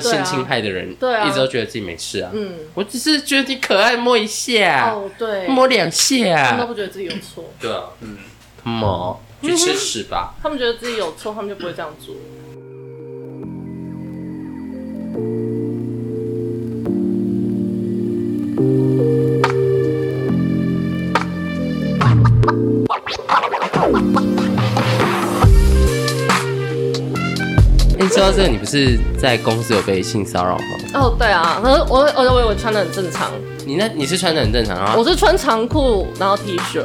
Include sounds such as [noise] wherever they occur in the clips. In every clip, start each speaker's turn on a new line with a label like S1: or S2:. S1: 像性侵害的人，
S2: 对啊
S1: 一直都觉得自己没事啊。
S2: 嗯，
S1: 我只是觉得你可爱，摸一下，
S2: 哦，对，
S1: 摸两下
S2: 他们都
S1: 啊。
S2: 不觉得自己有错，
S1: 对啊，
S3: 嗯，
S1: 摸去吃屎吧。
S2: 他们觉得自己有错，他们就不会这样做。
S1: [laughs] 你说到这个，你不是在公司有被性骚扰吗？
S2: 哦，对啊，可是我我我以为我穿的很正常，
S1: 你那你是穿的很正常啊？
S2: 我是穿长裤，然后 T 恤，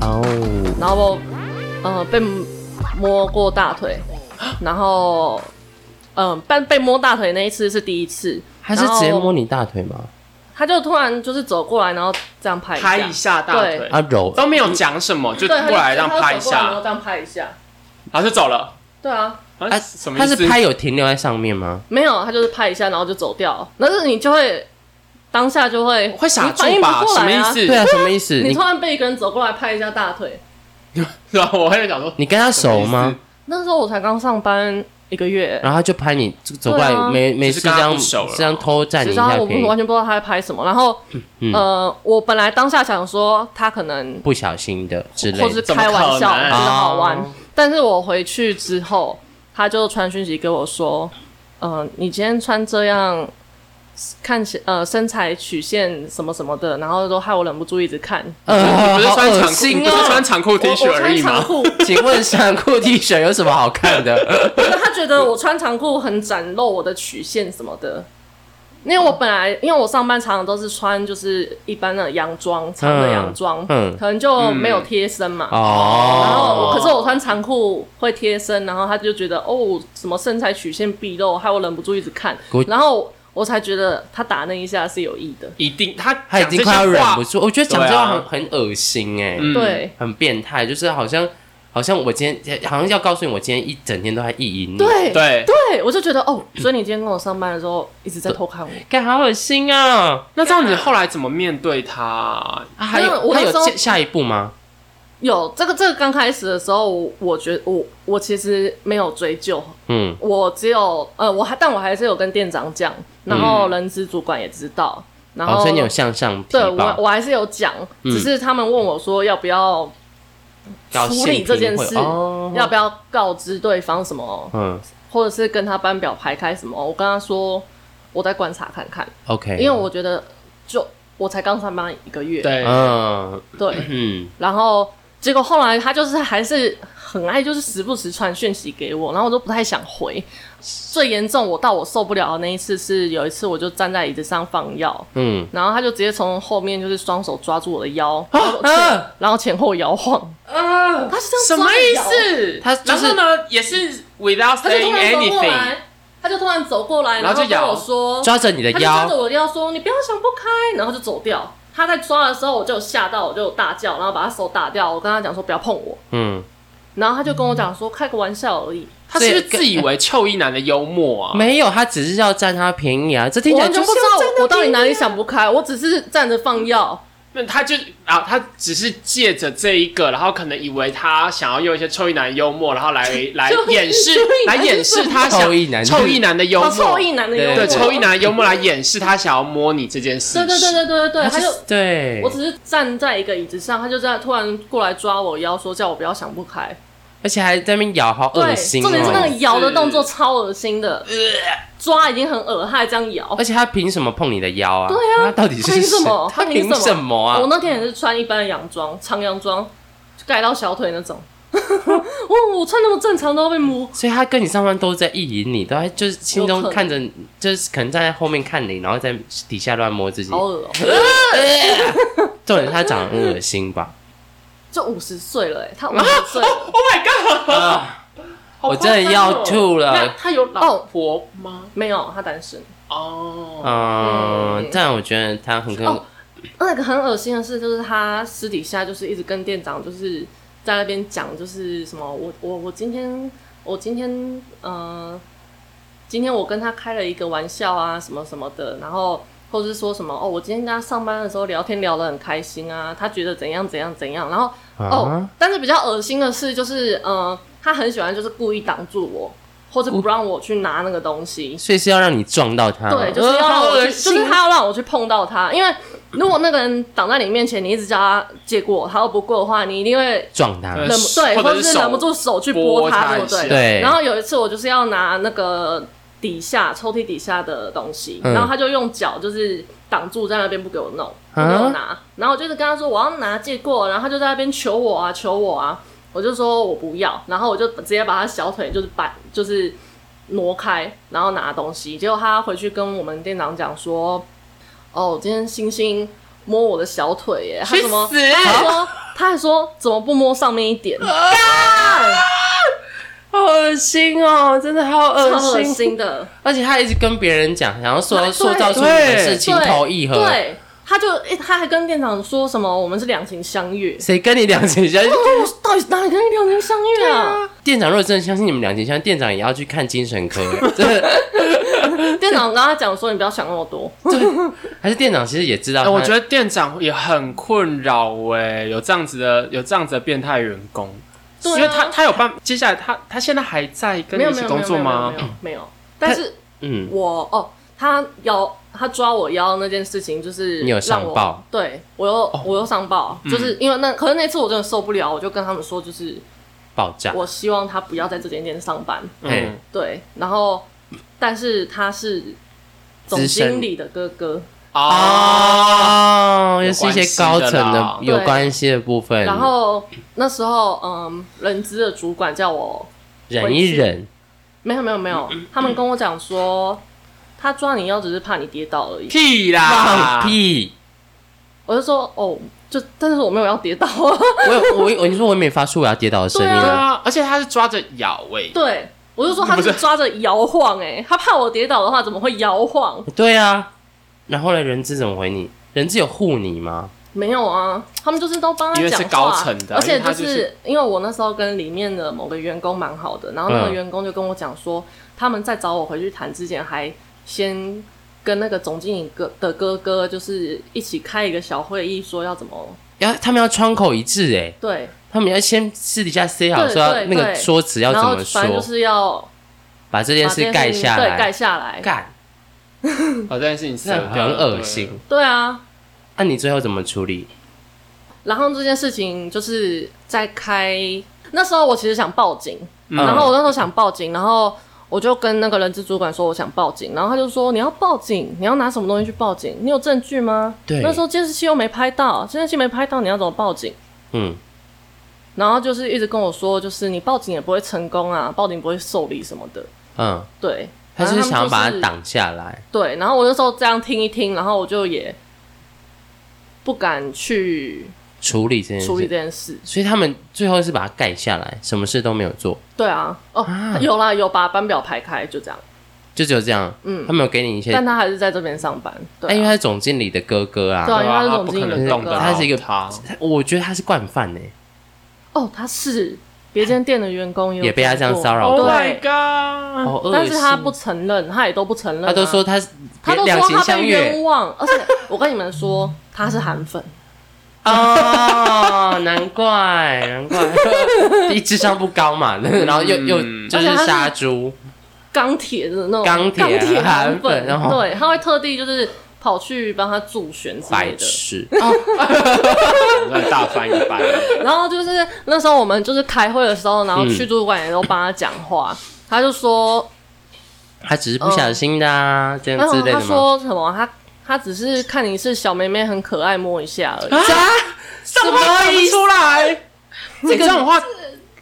S1: 哦，
S2: 然后我呃被摸过大腿，然后嗯、呃，但被摸大腿那一次是第一次，
S1: 他是直接摸你大腿吗？
S2: 他就突然就是走过来，然后这样拍一下，
S3: 拍一下大腿
S2: 对，
S1: 啊揉
S3: 都没有讲什么，就
S2: 对，他就
S3: 过来让
S2: 他就
S3: 拍一
S2: 走过来然后
S3: 下，
S2: 这样拍一下，
S3: 然后就走了。
S2: 对啊，
S3: 啊
S1: 啊，
S3: 什么
S1: 他
S3: 意思？
S1: 是拍有停留在上面吗？
S2: 没有，他就是拍一下，然后就走掉了，但是你就会当下就会
S3: 会傻
S2: 你反
S3: 住
S2: 应不
S3: 吧？
S2: 过
S3: 什
S2: 来
S3: 么意
S2: 啊
S3: 思？
S1: 对啊，什么意思？
S2: 你
S1: 你
S2: 突然被一个人走过来拍一下大腿，
S3: 然后我会想说，
S1: 你跟他熟
S3: 什么意
S1: 吗
S3: 思？？
S2: 那时候我才刚上班一个月，
S1: 然后他就拍你走过来
S2: 对，啊
S1: 没没事
S3: 就是
S1: 这
S3: 跟他
S1: 样
S3: 不熟了
S1: 这样偷占你
S2: 其
S1: 一
S2: 实他
S1: 下
S2: 我
S1: 可以
S2: 不完全不知道他在拍什么。然后，
S1: 嗯
S2: 呃，我本来当下想说他可能
S1: 不小心的之类
S2: 或是
S1: 的。
S2: 开玩笑，
S3: 怎么可
S2: 觉
S3: 能
S2: 得好玩
S1: 哦。
S2: 但是我回去之后，他就传讯息给我说，呃，你今天穿这样，看起呃身材曲线什么什么的，然后都害我忍不住一直看。
S1: 呃，
S3: 你不是
S1: 好
S3: 穿长
S1: 恶
S3: 裤，你
S1: 心
S3: 不是穿
S1: 哦！
S3: 长裤 T
S2: 我
S3: 恤
S2: 我
S3: 而
S2: 穿
S3: 已
S2: 长
S3: 吗？
S2: 裤，
S1: [laughs] 请问长裤 T 恤有什么好看
S3: [laughs]
S1: 的？
S2: 他觉得我穿长裤很展露我的曲线什么的。因为我本来因为我上班常常都是穿就是一般的洋装，长的洋装，
S1: 嗯
S2: 可能就没有贴身嘛。
S3: 嗯
S2: 然后
S1: 哦，
S2: 我，可是我穿长裤会贴身，然后他就觉得哦，什么身材曲线毕露，害我忍不住一直看
S1: 我，
S2: 然后我才觉得他打那一下是有意的。
S3: 一定，他
S1: 他已经快要忍不住，
S3: 住。
S1: 我觉得讲这
S3: 对
S1: 话
S3: 啊
S1: 很很恶心哎，
S3: 嗯
S2: 对
S1: 很变态，就是好像好像我今天好像要告诉你，我今天一整天都在意淫你，
S2: 对
S3: 嗯对
S2: 对，我就觉得哦，所以你今天跟我上班的时候一直在偷看我，
S1: 干好恶心啊！
S3: 那这样你后来怎么面对他？
S1: 啊，还
S2: 没有
S1: 有
S2: 我
S1: 还
S2: 那
S1: 有
S2: 时候
S1: 下下一步吗？
S2: 有这个这个刚开始的时候，我我觉得我我其实没有追究，
S1: 嗯，
S2: 我只有呃我还但我还是有跟店长讲，然后人资主管也知道，然
S1: 好，嗯
S2: 后、
S1: 哦所以你有向上提
S2: 对我
S1: 报，
S2: 我还是有讲，
S1: 嗯
S2: 只是他们问我说要不要
S1: 搞
S2: 处理这件事
S1: 哦、
S2: 要不要告知对方什么，
S1: 嗯
S2: 或者是跟他班表排开什么，我跟他说我再观察看看，
S1: ，OK，
S2: 因为我觉得就我才刚上班一个月，
S3: 对，
S1: 嗯
S2: 对 [laughs]
S1: 嗯
S2: 然后结果后来他就是还是很爱，就是时不时传讯息给我，然后我都不太想回。最严重我到我受不了的那一次是有一次我就站在椅子上放药，
S1: 嗯，
S2: 然后他就直接从后面就是双手抓住我的腰，
S1: 啊
S2: 然后前后摇晃，
S3: 啊，
S2: 他是这
S3: 什
S2: 样抓
S3: 么
S2: 着
S3: 意
S2: 摇？
S3: 思？
S1: 他就是
S3: 然后呢，也是 without
S2: 他就突
S3: saying
S2: 然走过
S3: anything，
S2: 来，他就突然走过来，
S3: 然后
S2: 后跟
S3: 就摇
S2: 我说，
S1: 抓着你的
S2: 他就抓着
S1: 腰，
S2: 我的腰说：“你不要想不开。”然后就走掉。他在抓的时候，我就吓到，我就大叫，然后把他手打掉。我跟他讲说：“不要碰我。”
S1: 嗯，
S2: 然后他就跟我讲说，开个玩笑而已，
S3: 他是不是自以为臭衣男的幽默啊？
S1: 没有，他只是要占他便宜啊，这听起
S2: 我
S1: 来
S2: 完
S1: 就
S2: 全
S1: 是
S2: 不知道
S1: 要占他
S2: 我我到底哪里
S1: 便宜啊
S2: 想不开，我只是站着放药，
S3: 那他就啊，他只是借着这一个，然后可能以为他想要用一些臭衣男幽默，然
S2: [laughs]
S3: 后来来
S2: 臭
S3: 掩饰
S2: 臭衣，
S3: 来
S2: 男
S3: 掩饰他想
S1: 臭衣男
S3: 臭衣男的幽
S2: 好
S3: 默，
S2: 哦臭一男的幽默，
S1: 对
S3: 对臭衣男的幽默来掩饰他想要摸你这件事
S2: 对
S3: 情。
S2: 对对对对对对，他
S1: 他
S2: 就
S1: 就对
S2: 我，只是站在一个椅子上，他就这样突然过来抓我腰，说叫我不要想不开，
S1: 而且还在那边咬，好恶
S2: 对，
S1: 心
S2: 重点是那个
S1: 哦。
S2: 摇的动作超恶心的，抓已经很恶还这样摇
S1: 而，且他凭什么碰你的腰啊？
S2: 对啊
S1: 他到底是
S2: 他凭什么
S1: 他
S2: 他凭
S1: 凭什么啊
S2: 我？那天也是穿一般的洋装，长洋装，盖到小腿那种，我我穿那么正常都要被摸，
S1: 所以他跟你上班都在意淫你，都在就是心
S2: 有可
S1: 中
S2: 能
S1: 看着，就是可能站在后面看你，然后在底下乱摸自己
S2: 好。恶哦、
S1: [laughs] 重点是他长得很恶心
S2: [laughs]
S1: 吧？
S2: 就五十岁了、欸，他五十岁了。
S3: Oh my god！好
S2: 哦
S1: 我真的要吐了
S3: 夸张哦那他有老婆吗？
S2: 没有，他单身。
S3: 哦，
S1: 嗯
S2: 嗯，
S1: 但我觉得他很可能
S2: 哦那个很恶心的事就是，他私底下就是一直跟店长就是在那边讲，就是什么我我我今天我今天呃，今天我跟他开了一个玩笑啊，什么什么的，然后或是说什么哦，我今天跟他上班的时候聊天聊得很开心啊，他觉得怎样怎样怎样，然后哦
S1: 啊，，
S2: 但是比较恶心的是，就是呃，他很喜欢就是故意挡住我，或者不让我去拿那个东西。
S1: 所以是要让你撞到他吗，
S2: 对，就是要
S1: 呃
S2: 让
S3: 哦
S1: 好
S2: 我
S1: 恶
S2: 去，就
S1: 心
S2: 是他要让我去碰到他，因为如果那个人挡在你面前，你一直叫他借过，他又不过的话，你一定会
S1: 撞他，
S3: 呃
S2: 忍不对，
S3: 或
S2: 或
S3: 者
S2: 者
S3: 是
S2: 是
S3: 手
S2: 忍不住手去
S3: 拨
S2: 拨
S3: 他
S2: 它，对
S3: 一
S2: 不
S3: 下
S2: 对？
S1: 对
S2: 然后有一次我就是要拿那个底下抽屉底下的东西，
S1: 嗯
S2: 然后他就用脚就是挡住在那边不给我弄，不给我拿。然后我就是跟他说我要拿借过，然后他就在那边求我啊求我啊，我就说我不要，然后我就直接把他小腿就是摆就是挪开，然后拿东西。结果他回去跟我们店长讲说，哦，今天星星摸我的小腿耶，他
S1: 去
S2: 怎么？
S1: 死！
S2: 他还说，他还说怎么不摸上面一点，
S1: 啊好恶心哦，真的好
S2: 超
S1: 恶
S2: 恶
S1: 心。
S2: 心的，
S1: 而且他一直跟别人讲，然后说
S2: 对
S1: 塑造出你们是情投意合，
S2: 对，他就诶他还跟店长说什么我们是两情相悦，
S1: 谁跟你两情相悦？
S2: 我说到底哦哪里跟两情相悦啊？
S1: 店长如果真的相信你们两情相，悦，店长也要去看精神
S2: [laughs]
S1: 科，真的。
S2: 店长跟他讲说你不要想那么多，
S1: 还是店长其实也知道
S3: 哎
S1: 他，
S3: 我觉得店长也很困扰哎、有这样子的有这样子的变态员工，
S2: 对啊
S3: 因为他他有办，接下来他他现在还在跟
S2: 没
S3: 你
S2: 有
S3: 一
S2: 没
S3: 起
S2: 有没有
S3: 工作吗
S2: 没？有没有没有，但是
S1: 嗯，
S2: 我哦，他腰他抓我腰那件事情，就是
S1: 你有
S2: 让
S1: 上
S2: 我
S1: 报，
S2: 对我又我又上报，
S3: 哦嗯
S2: 就是因为那可是那次我真的受不了，我就跟他们说，就是
S1: 爆炸，
S2: 我希望他不要在这间店上班，
S1: 哎
S3: 嗯，
S2: 对，然后但是他是总
S1: 资深
S2: 经理的哥哥，
S3: 啊，
S1: 哦，又是一些高层的有
S2: 有关系的啦
S1: 关系的部分，
S2: 然后那时候嗯，人资的主管叫我，
S1: 忍一忍，
S2: 没有没有没有，
S3: 嗯
S2: 他们跟我讲说，他抓你腰只是怕你跌倒而已，
S3: 屁啦，
S1: 放屁！
S2: 我就说哦，就但是我没有要跌倒，啊
S1: 我有我我你说我也没发出我要跌倒的声音
S3: 对
S1: 啊，
S3: 啊，而且他是抓着咬哎、
S2: [laughs] 对。我就说他
S3: 不是
S2: 是抓着摇晃、欸，他怕我跌倒的话，怎么会摇晃？
S1: 对啊，然后呢，人资怎么回你？人资有护你吗？
S2: 没有啊，他们就是都帮他
S3: 因为
S2: 讲
S3: 是
S2: 话，
S3: 高层的
S2: 而且
S3: 因为他
S2: 就
S3: 就是
S2: 是因为我那时候跟里面的某个员工蛮好的，然后那个
S1: 嗯
S2: 员工就跟我讲说，他们在找我回去谈之前，还先跟那个总经理哥的哥哥，就是一起开一个小会议，说要怎么
S1: 要他们要窗口一致哎、
S2: 对，
S1: 他们要先私底下 say 好，
S2: 对
S1: 说要
S2: 对
S1: 那个
S2: 对
S1: 说辞要
S2: 然
S1: 怎
S2: 后
S1: 么说，
S2: 反正就是要
S1: 把这
S2: 把
S1: 件
S2: 这
S1: 事
S2: 件
S1: 盖
S2: 事情
S1: 下
S2: 对，盖
S1: 来。
S2: 下来，
S1: 干，
S3: 哦，这件事情是
S1: 这很恶心。。
S2: 对啊。
S1: 那、你最后怎么处理？
S2: 然后这件事情就是在开，那时候我其实想报警，
S3: 嗯
S2: 然后我那时候想报警，然后我就跟那个人资主管说我想报警，然后他就说你要报警，你要拿什么东西去报警？你有证据吗？
S1: 对
S2: 那时候监视器又没拍到，监视器没拍到，你要怎么报警？
S1: 嗯，
S2: 然后就是一直跟我说，就是你报警也不会成功啊，报警不会受理什么的。
S1: 嗯，
S2: 对，
S1: 他就
S2: 反正
S1: 是
S2: 们
S1: 想要把
S2: 就
S1: 它
S2: 是。
S1: 挡下来。
S2: 对，然后我那时候这样听一听，然后我就也不敢去
S1: 处理这件
S2: 处理
S1: 事。
S2: 这件事。
S1: 所以他们最后是把它盖下来，什么事都没有做，
S2: 对啊，哦，有啦，有把班表排开，就这样。
S1: 就只有这样。
S2: 嗯
S1: 他们有给你一些，
S2: 但他还是在这边上班。对、
S1: 但因为
S2: 啊，
S1: 他是总经理的哥哥啊，
S2: 对啊因
S3: 对啊，
S2: 为他是
S3: 他
S2: 总
S3: 不
S2: 经
S3: 可
S2: 理
S3: 能动的，
S1: 他是一个
S3: 他
S1: 他我觉得他是惯犯呢、
S2: 哦，他是别间店的员工也有
S1: 也被他这样骚扰
S2: 对啊
S3: Oh my god！
S1: 好恶心
S2: 但是他不，承认，他也都不承认啊、
S1: 他都说他是
S2: 他都
S1: 两
S2: 说
S1: 情
S2: 他
S1: 相
S2: 被
S1: 悦
S2: 冤枉，而且我跟你们说，他是韩粉，
S1: 哦，难怪难怪，一智商不高嘛，然后又又
S3: 嗯
S1: 就是杀猪，
S2: 钢铁的那种
S1: 钢铁
S2: 钢铁
S1: 韩粉
S2: 韩
S1: 哦
S2: 粉，
S1: 然后
S2: 对，他会特地就是跑去帮他助选之类
S1: 白
S2: 的。
S1: 痴。
S3: 哦那大翻一 [laughs] 番，
S2: 然后就是那时候我们就是开会的时候，然后
S1: 嗯
S2: 区主管也都帮他讲话，他就说，
S1: 他只是不小心的
S3: 嗯
S1: 啊，这
S2: 然
S1: 样
S2: 后
S1: 之类
S2: 嗯他
S1: 的吗？
S2: 说什么，他他只是看你是小妹妹很可爱，摸一下
S1: 啊
S2: 而已。
S3: 啊怎么讲不出来？这这种话，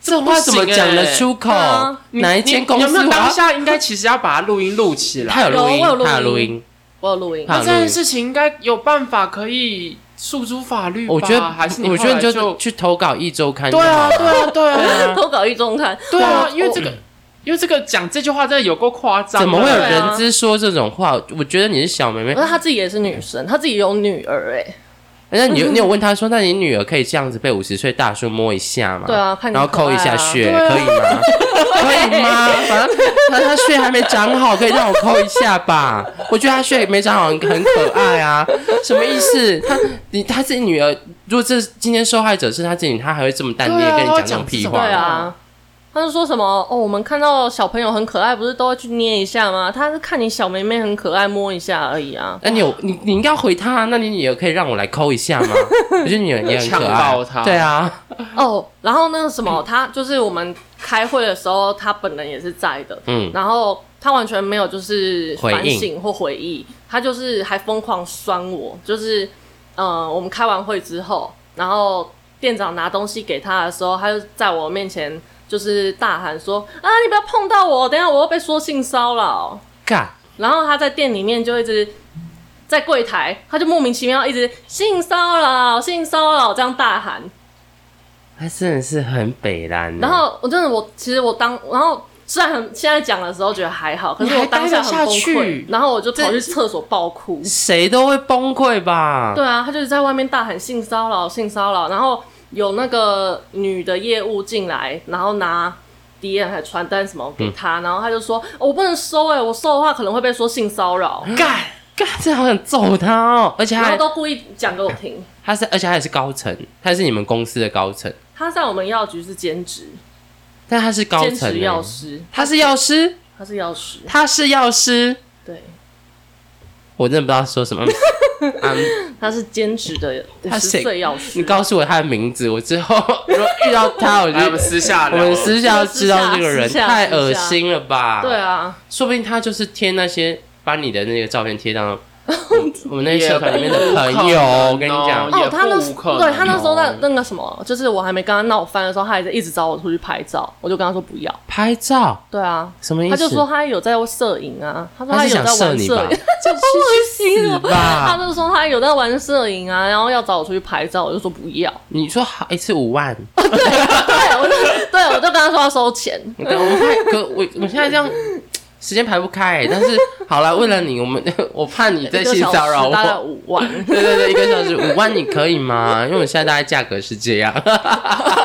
S1: 这种话怎么讲得出口
S2: 不行欸对啊？
S3: 你
S1: 哪一间公
S3: 你有没
S1: 司
S3: 有当
S1: 我
S3: 下应该其实要把它录音录起来？
S1: 他有录音
S2: 有我有，录音
S1: 他有录音，
S2: 我有录音， [laughs]
S1: 他有
S3: 这
S1: 录音
S3: 件事情应该有办法可以诉诸法律吧？
S1: 我觉得
S3: 啊还是你
S1: 我觉得
S3: 后
S1: 你
S3: 来
S1: 就去投稿一周刊就
S3: 对啊，
S1: 好了
S3: 对啊，对啊，
S2: 投稿一中刊，
S3: 对啊，
S2: 哇
S3: 因为这个，因为这个讲这句话真的有够夸张的，
S1: 怎么会有
S2: 对啊
S1: 人资说这种话？我觉得你是小妹妹
S2: 可，是她自己也是女生，她自己有女儿哎、
S1: 那
S2: [laughs]
S1: 你有你有问他说，那你女儿可以这样子被五十岁大叔摸一下吗？
S2: 对啊看你
S1: 然后
S2: 可爱
S1: 扣一下
S2: 啊
S1: 血，
S3: 对啊
S1: 可以吗？可以
S2: [laughs]
S1: 吗？反正他他血还没长好，可以让我扣一下吧？我觉得他血没长好很很可爱啊，什么意思？他你他自己女儿，如果这今天受害者是他自己，他还会这么淡定
S3: 对
S1: 地
S3: 啊
S1: 跟你
S3: 他会
S1: 讲这种
S3: 讲这
S1: 屁
S3: 种
S1: 话
S3: 哇
S2: 对
S1: 吗？
S2: 啊，他就说什么哦，我们看到小朋友很可爱，不是都会去捏一下吗？他是看你小妹妹很可爱，摸一下而已啊。
S1: 那你有你你应该要回他，那你你也可以让我来抠一下
S2: [laughs]
S1: 吗？我觉得你也很
S3: 呛
S1: 可
S3: 爆
S1: 爱，
S3: 他
S1: 对啊，
S2: 哦，然后那个什么，他就是我们开会的时候，他本人也是在的，
S1: 嗯，
S2: 然后他完全没有就是
S1: 回应
S2: 反省或回忆，他就是还疯狂酸我，就是呃，我们开完会之后，然后店长拿东西给他的时候，他就在我面前就是大喊说啊，你不要碰到我，等一下我又被说性骚扰。
S1: 尬，
S2: 然后他在店里面就一直在柜台，他就莫名其妙一直性骚扰、性骚扰这样大喊，
S1: 他真的是很北蓝，
S2: 然后我真的我其实我当然后虽然很现在讲的时候觉得还好，可是
S1: 你
S2: 我
S1: 还
S2: 当下很崩
S1: 待得下
S2: 溃
S1: 去，
S2: 然后我就跑去厕所爆哭。
S1: 谁都会崩溃吧？
S2: 对啊，他就是在外面大喊性骚扰、性骚扰，然后有那个女的业务进来，然后拿。D N 还传单什么给
S1: 嗯
S2: 他，然后他就说、哦我不能收哎、我收的话可能会被说性骚扰，
S1: 干干，这好想揍他哦！而且
S2: 然
S1: 他
S2: 后
S1: 还
S2: 都故意讲给我听。
S1: 他是，而且他也是高层，他是你们公司的高层，
S2: 他在我们药局是兼职，
S1: 但他是高
S2: 兼
S1: 层
S2: 职
S1: 欸
S2: 药，师，
S1: 他是药师，
S2: 他是药师，
S1: 他是药师，
S2: 对，
S1: 我真的不知道说
S2: [laughs]
S1: 什么。嗯，
S2: 他是兼职的
S1: 他
S2: 十
S1: 谁
S2: 岁药师。
S1: 你告诉我他的名字，我之后 [laughs] 如果遇到他，我就
S2: 哎
S3: 来我们私下
S1: 啊我
S3: 聊。
S1: 们私下要知道这个人
S2: 私下私下
S1: 太恶心了吧？
S2: 对，啊，
S1: 说不定他就是贴那些把你的那个照片贴
S2: [laughs]
S1: 到我们那些社团里面的朋友，我跟你讲
S3: 也
S2: 哦，他那
S3: 不可能
S2: 对他那时候在
S1: 哦
S2: 那个什么，就是我还没跟他闹翻的时候，他还在一直找我出去拍照，我就跟他说不要。
S1: 拍照
S2: 对啊，
S1: 什么意思？
S2: 他就说他有在摄影啊，他说
S1: 他是
S2: 有
S1: 想
S2: 在
S1: 射
S2: 玩
S1: 你
S2: 摄
S1: 吧
S2: 影，？
S1: 这
S2: 恶心
S1: 去
S2: 哦
S1: 死吧
S2: 他！就说他有在玩摄影啊，然后要找我出去拍照，我就说不要。
S1: 你说好一次五万，
S2: 对，我就对我就跟他说要收钱。
S1: 我看可我我现在这样时间排不开、但是好了，为了你，我们 [laughs] 我怕你在性骚扰
S2: 一个小时大概
S1: 我。
S2: 五万。
S1: 对对对，一个小时五万，你可以吗？因为我现在大概价格是这样， [laughs]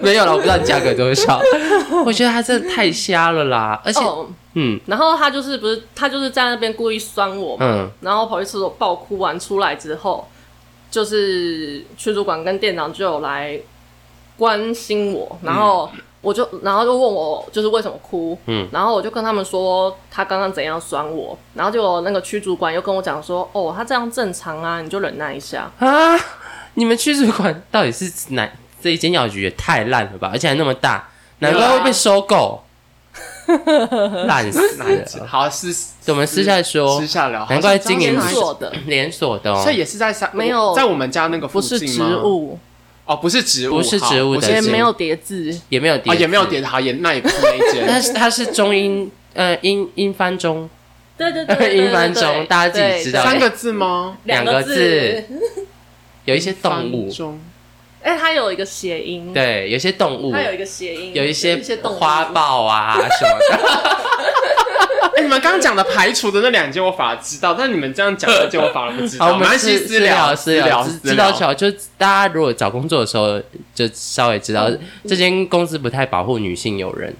S1: 没有了，我不知道价格多少。我觉得他真的太瞎了啦，而且、
S2: 哦，
S1: [laughs] 嗯
S2: 然后他就是不是他就是在那边故意酸我嘛，
S1: 嗯，
S2: 然后跑去厕所爆哭完出来之后，就是群主管跟店长就有来关心我，然后我就然后就问我就是为什么哭，
S1: 嗯
S2: 然后我就跟他们说他刚刚怎样酸我，然后结果那个区主管又跟我讲说，哦，他这样正常啊，你就忍耐一下。
S1: 啊，你们区主管到底是哪这一间药局也太烂了吧，而且还那么大，难怪会被收购，烂死了。
S3: 好私，
S1: 我们私下说
S3: 私下聊。
S1: 难怪今年不
S2: 连
S3: 好像
S1: 是
S2: 锁的
S1: 连锁的、哦，
S3: 所以也是在三
S2: 没有
S3: 在我们家那个
S2: 不
S3: 附近
S2: 是
S3: 吗
S2: 植物，
S3: 哦，不是植物，
S1: 不是
S3: 好
S1: 植物
S3: 不
S1: 的
S3: 是
S2: 也
S1: 是
S2: 没有叠字，
S1: 也没有叠、
S3: 啊，也没有，点好，也那也不是那一间。
S1: [laughs] 但是它是中英呃英英翻中
S2: 对对对对对对
S1: 英翻中大家自己
S2: 对
S1: 知道
S3: 三个字吗？
S1: 两个字，有一些动物
S3: 翻，中
S2: 哎、它有一个谐音，，
S1: 对，有一些动物
S2: 它，有一个谐音，
S1: 有一些
S2: 一些动物
S1: 花豹啊什么的，
S3: 哎、你们刚刚讲的排除的那两间我反而知道，但你们这样讲那间我反而不知道。
S1: 好，我
S3: 没
S1: 们
S3: 关系
S1: 私
S3: 私
S1: 聊
S3: 私
S1: 聊，
S3: 聊
S1: 知
S3: 私
S1: 知道巧，就大家如果找工作的时候，就稍微知道这间公司不太保护女性友人，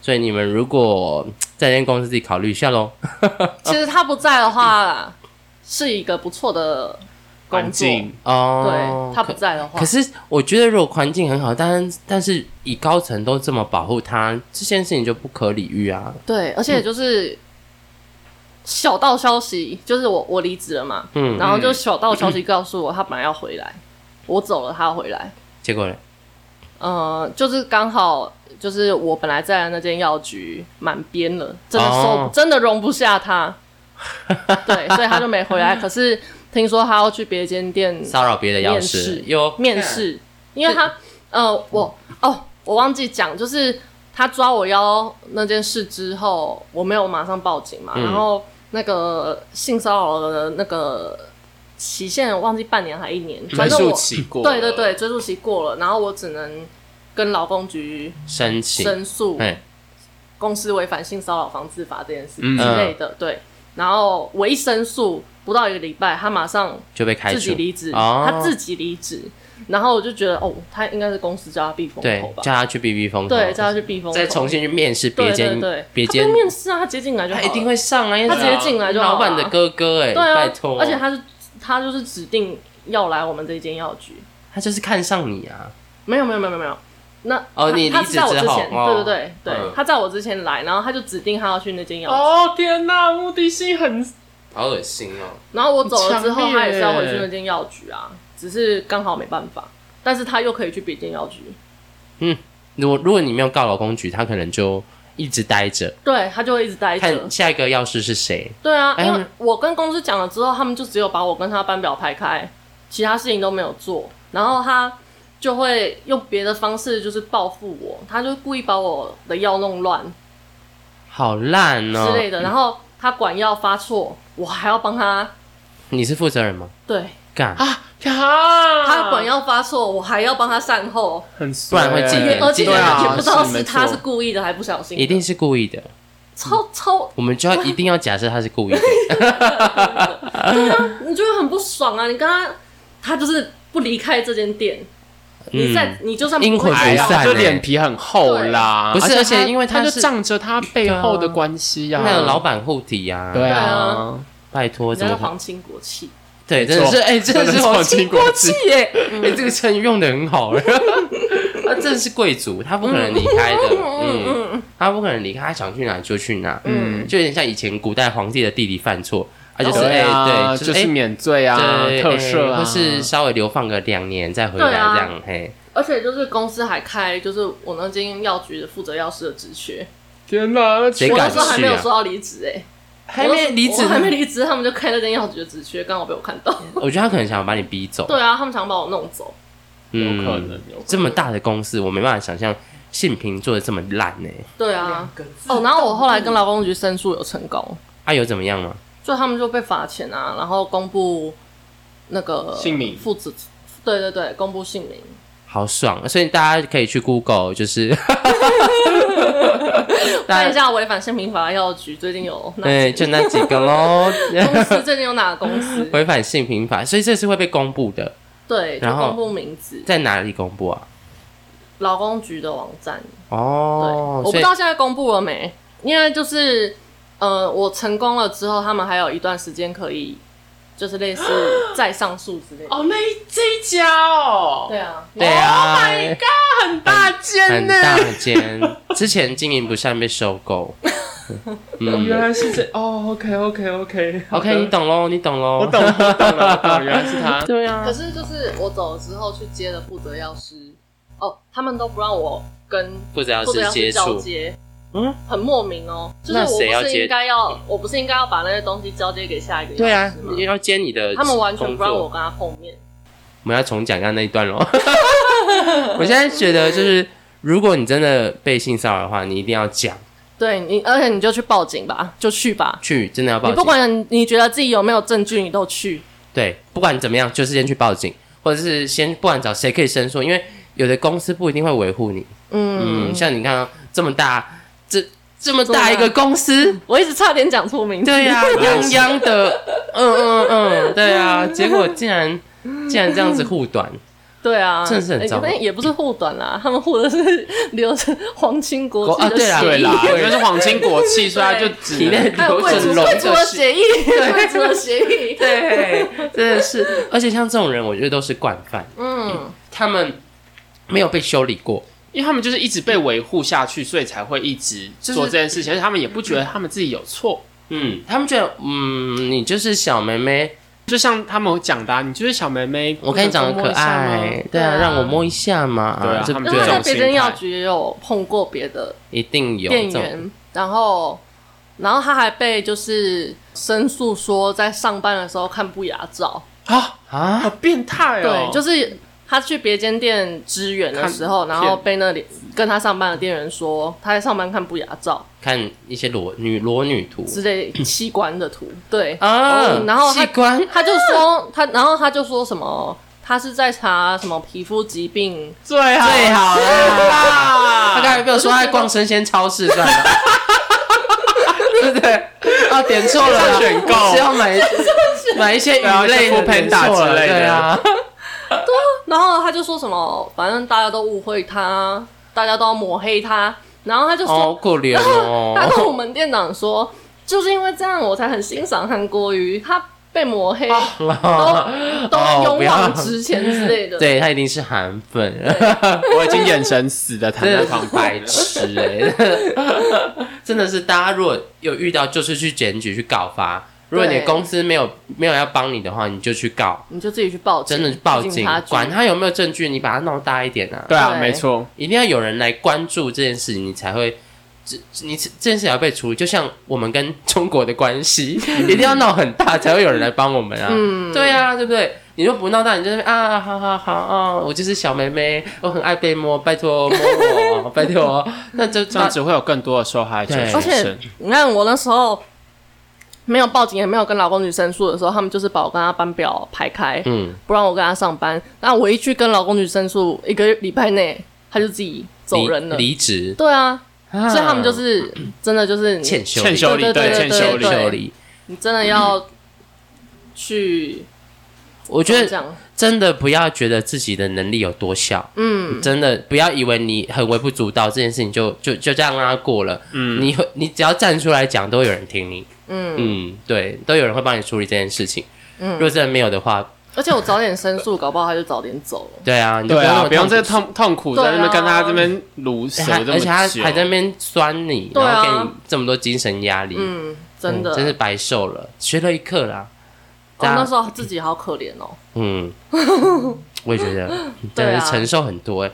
S1: 所以你们如果在这间公司自己考虑一下喽。
S2: [laughs] 其实他不在的话，是一个不错的工
S3: 环
S2: 作。
S3: 境。
S1: 哦
S2: 对，，他不
S1: 可
S2: 在的话
S1: 可，是我觉得，如果环境很好，但但是以高层都这么保护他，这件事情就不可理喻啊。
S2: 对，而且就是小道消息，就是我我离职了嘛，
S1: 嗯，
S2: 然后就小道消息告诉我，他本来要回来，我走了，他要回来，
S1: 结果呢？
S2: 呃，就是刚好。就是我本来在的那间药局满编了，真的收、
S1: 哦
S2: 真的容不下他，对，所以他就没
S1: [laughs]
S2: 回来。可是听说他要去别间店
S1: 骚扰别的药师
S2: 面试
S1: 哟，
S2: 面试，因为他呃，我哦，我忘记讲，就是他抓我腰那件事之后，我没有马上报警嘛，
S1: 嗯
S2: 然后那个性骚扰的那个期限忘记半年还一年，反
S3: 专
S2: 正
S3: 注
S2: 我
S3: 嗯期过，
S2: 对对对，追诉期过了，然后我只能跟劳工局
S1: 申请，
S2: 申诉
S1: 哎，
S2: 公司违反性骚扰防治法这件事
S3: 嗯
S2: 之类的，对，然后我一申诉不到一个礼拜，他马上
S1: 就被开
S2: 自己
S1: 除。
S2: 离职，
S1: 哦
S2: 他自己离职，然后我就觉得哦，他应该是公司叫他避风
S1: 对
S2: 头，吧，
S1: 叫他去避避风头，
S2: 对，叫他去避风头，
S1: 再重新去面试别
S2: 对
S1: 间
S2: 对对，
S1: 别
S2: 他
S1: 间
S2: 被，面试啊，他直接进来就好
S1: 他一
S2: 了
S1: 定会上啊，因为
S2: 他直接进来就好
S1: 老板
S2: 了
S1: 的哥哥哎，
S2: 对啊
S1: 拜，托，
S2: 而且他是他就是指定要来我们这间药局，
S1: 他就是看上你啊，
S2: 没有没有没有没有没有，那
S1: 哦
S2: 他
S1: 你
S2: 他
S1: 离
S2: 是
S1: 职
S2: 在我
S1: 之
S2: 之
S1: 后
S2: 前，
S1: 哦
S2: 对对对对，
S1: 嗯
S2: 他在我之前来，然后他就指定他要去那间药局，
S3: 哦天哪，目的性很
S1: 好恶心哦！
S2: 然后我走了之
S3: 很
S2: 后，
S3: 强烈
S2: 他也是要回去那间药局啊，只是刚好没办法，但是他又可以去别间药局，
S1: 如果如果你没有告劳工局，他可能就一直待着，
S2: 对他就会一直待着
S1: 看。下一个药师是谁。
S2: 对啊，
S1: 哎
S2: 因
S1: 他
S2: 为
S1: 们
S2: 我跟公司讲了之后，他们就只有把我跟他班表排开，其他事情都没有做，然后他就会用别的方式就是报复我，他就故意把我的药弄乱
S1: 好烂哦！
S2: 之类的，然后他管药发错，我还要帮他
S1: 你是负责人吗？
S2: 对。
S1: 干，
S3: 啊呀，
S2: 他管要发错，我还要帮他善后，
S3: 很
S1: 不然会记
S3: 衰
S1: 对
S3: 欸
S2: 而且
S1: 对啊
S2: 也不知道
S3: 没
S2: 是
S3: 错
S2: 他是故意的还不小心的，
S1: 一定是故意的。
S2: 超超
S1: 我们就要一定要假设他是故意的。
S2: 你就会很不爽啊！你跟他，他就是不离开这间店， [laughs] 你
S1: 嗯
S2: 在你就算不
S1: 阴魂
S2: 会
S1: 不
S3: 哎呀，
S1: 散欸
S3: 就脸皮很厚啦。
S1: 对不是而且
S3: 他
S1: 因为他
S3: 他就是仗着他背后的关系呀，
S1: 还
S2: 嗯
S1: 有老板护体呀、啊，
S3: 对
S2: 对
S3: 啊
S2: 啊，
S1: 拜托，
S2: 人
S1: 怎
S2: 家
S1: 么
S2: 是
S1: 会
S2: 皇亲国戚，
S1: 对？真的是，
S3: 没错
S1: 哎、真的
S3: 真的
S1: 是
S3: 是
S1: 皇
S3: 皇
S1: 亲
S3: 亲
S1: 国
S3: 国
S1: 戚耶！哎、这个成语用的很好， [laughs] 他真的是贵族，他不可能离开的，嗯，他不可能离开，他想去哪就去哪，嗯，就有点像以前古代皇帝的弟弟犯错，啊，就是
S3: 对
S1: 哎、
S3: 啊，
S1: 对，
S3: 就是
S1: 哎
S3: 是免罪啊，
S1: 对
S3: 特赦
S1: 哎
S3: 啊，
S1: 或是稍微流放个两年再回来
S2: 对啊
S1: 这样，嘿，
S2: 而且就是公司还开就是我那间药局的负责药师的职缺，
S3: 天哪，
S1: 谁
S2: 我
S1: 敢去
S2: 那时候还没有
S1: 啊？
S2: 说要离职哎，
S1: 还没离职
S2: 我
S1: 呢，
S2: 还没离职，他们就开那间药局的职缺，刚好被我看
S1: [laughs]
S2: 到。
S1: 我觉得他可能想把你逼走，
S2: 对啊，他们想把我弄走，
S3: 有
S1: 嗯，
S3: 可能有可
S1: 这么大的公司，我没办法想象性平做的这么烂欸呢、
S2: 对啊，哦，然后我后来跟劳工局申诉有成功，
S1: 啊，有怎么样吗？
S2: 就他们就被罚钱啊，然后公布那个
S3: 姓名
S2: 负责，对对对，公布姓名。
S1: 好爽！所以大家可以去 Google，就是
S2: 看
S1: 大家
S2: 一下违反性平法的药局最近有哪
S1: 对， [laughs] 就那几个喽。 [laughs]
S2: 公司，最近有哪个公司？
S1: 违反性平法，所以这是会被公布的，
S2: 对，就
S1: 然后
S2: 公布名字，
S1: 在哪里公布啊？
S2: 劳工局的网站。对，
S1: 哦所
S2: 我，不知
S1: 以
S2: 道现在公布了没，因为就是呃，我成功了之后，他们还有一段时间可以，就是类似再上诉之类的。
S3: 哦，那一这一家哦，
S2: 对啊，
S1: 对啊
S3: Oh my god，很大间
S1: 很
S3: 呢，
S1: 大间，之前经营不善被收
S3: [laughs]
S1: 购。
S3: 哦原
S1: 嗯
S3: 来是这哦，OK OK OK
S1: ，OK，你懂喽，你懂喽，
S3: 我懂我懂了，我懂，原来是他，
S1: 对啊
S2: 可，是就是我走了之后去接的负责药师，哦，他们都不让我跟
S1: 不知道
S2: 负责
S1: 是
S2: 药
S1: 接
S2: 师交
S1: 触，
S2: 接，
S1: 嗯，
S2: 很莫名哦。就是
S1: 那
S2: 我
S1: 谁要
S2: 不是
S1: 接
S2: 应该要，我不是应该要把那些东西交接给下一个
S1: 对
S2: 药
S1: 啊
S2: 师
S3: 嗯
S2: 吗，？
S1: 要接你的，
S2: 他们完全不让我跟他碰面。
S1: 我们要重讲一下那一段喽。 [laughs] 我现在觉得就是，如果你真的被性骚扰的话，你一定要讲，
S2: 对你，而且你就去报警吧，就去吧。
S1: 去真的要报
S2: 你
S1: 警。
S2: 不管你觉得自己有没有证据，你都去。
S1: 对，不管怎么样，就是先去报警，或者是先不管找谁可以申诉，因为有的公司不一定会维护你。
S2: 嗯，
S1: 嗯，像你看这么大，这这么大一个公司，
S2: [laughs] 我一直差点讲错名字。
S1: 对啊呀、泱泱的，嗯嗯嗯，对啊，结果竟然竟然这样子护短，
S2: 对啊，
S1: 真的是很糟
S2: 哎那也不是护短啦，他们护的是留着皇亲国戚
S1: 啊
S2: 的
S1: 对啦
S2: 协
S3: 对
S2: 议，
S3: 啦，因为是皇亲国戚，所以他就只
S1: 体内
S3: 能
S2: 还有
S1: 流
S2: 贵族
S1: 着龙
S2: 贵族的
S1: 的血。 [laughs]
S2: 协议，贵族的协议。
S1: 对，真的是，而且像这种人，我觉得都是惯犯，
S2: 嗯，
S1: 他们没有被修理过，
S3: [laughs] 因为他们就是一直被维护下去，所以才会一直做这件事情，而且他们也不觉得他们自己有错。
S1: 嗯，他们觉得，嗯，你就是小妹妹，
S3: 就像他们讲的啊、你就是小妹妹，
S1: 我看你长得可
S3: 摸一下
S1: 爱
S3: 吗，
S1: 对啊，
S2: 对啊
S1: 让我摸一下嘛，
S3: 对啊
S1: 这
S3: 他们
S2: 那
S1: 对
S3: 就
S2: 他在
S3: 这种
S2: 别
S3: 心
S2: 间
S3: 态
S2: 药局也有碰过别的
S1: 一定有
S2: 店
S1: 这种，
S2: 员，然后然后他还被就是申诉说在上班的时候看不雅照，
S3: 啊，好
S1: 啊，
S3: 变态哦！
S2: 对，就是他去别间店支援的时候，
S3: 看
S2: 然后被那里跟他上班的店员说他在上班看不雅照
S1: 看一些裸女裸女图
S2: 之类器官的图，对，
S1: 啊
S2: 哦，然后
S1: 器
S2: 他
S1: 官
S2: 他就说他，然后他就说什么他是在查什么皮肤疾病，
S3: 最好
S1: 最好啦，他刚
S3: 啦，
S1: 才没有说他在逛生鲜超市算了，对不对？啊，点错了啦，
S3: 上选购
S1: 是要买买一些鱼类的
S3: Food Panda
S1: 点错了
S3: 之类的
S1: 对啊。
S2: 然后他就说什么反正大家都误会他，大家都要抹黑他，然后他就说
S1: 哦，可怜
S2: 他跟
S3: [laughs]
S1: 哦，
S2: 我们店长说，就是因为这样我才很欣赏韩国瑜，他被抹黑，
S3: 啊
S2: 都
S1: 哦
S2: 都勇
S1: 不要
S2: 往直前之类的。
S1: 对他一定是韩粉，
S3: 我已经眼神死的躺
S1: 真
S3: 在
S1: 的是
S3: 旁
S1: 白
S3: 白了。
S1: 痴哎、 [laughs] 真的是大家如果有遇到，就是去检举去告发。如果你的
S2: 对
S1: 公司没有没有要帮你的话，你就去告，
S2: 你就自己去报警，
S1: 真的去报
S2: 警
S1: 警
S2: 察，局
S1: 管他有没有证据，你把它闹大一点啊！
S3: 对啊，
S2: 对
S3: 没错，
S1: 一定要有人来关注这件事情，你才会这你这件事也要被处理。就像我们跟中国的关系，一定要闹很大，才会有人来帮我们啊。
S2: 嗯
S1: 对啊，对不对？你说不闹大，你就在那边啊，好好好哦，我就是小妹妹，我很爱被摸，拜托摸我，拜托。那就
S3: 这样只会有更多的受害者
S1: 对
S3: 出
S2: 而且
S3: 现。
S2: 你看我那时候没有报警，也没有跟老公去申诉的时候，他们就是把我跟他班表排开，
S1: 嗯，
S2: 不让我跟他上班。那我一去跟老公去申诉，一个礼拜内他就自己走人了。
S1: 离离职，
S2: 对啊，
S1: 啊
S2: 所以他们就是真的就是你
S1: 欠修理
S3: 欠修理，
S2: 对对
S3: 欠
S2: 对
S3: 修理
S2: 对，
S1: 修理。
S2: 你真的要去，
S1: 我
S2: 我
S1: 觉
S2: 这
S1: 得
S2: 样，
S1: 真的不要觉得自己的能力有多小，
S2: 嗯，
S1: 真的不要以为你很微不足道，这件事情就就就这样让它过了。嗯，你会你只要站出来讲，都会有人听你。
S2: 嗯
S1: 嗯，对，都有人会帮你处理这件事情。嗯，如果真的没有的话，
S2: 而且我早点申诉，搞不好他就早点走了。
S1: 对啊，你就
S3: 对
S1: 那
S3: 啊，
S1: 么
S3: 不用
S1: 痛
S3: 这
S1: 苦
S3: 痛痛苦在
S2: 对啊
S3: 那边跟他这边卤蛇
S1: 哎还
S3: 这
S1: 而且他
S3: 么久，
S1: 还在那边酸你，
S2: 对
S1: 然
S2: 啊
S1: 后给你这么多精神压力，
S2: 嗯，真的，
S1: 嗯真是白受了，学了一课啦。
S2: 我
S1: 大
S2: 那
S1: 家
S2: 时候自己好可怜哦。 [laughs]
S1: 嗯，我也觉得
S2: 对
S1: 真
S2: 啊
S1: 的是承受很多哎、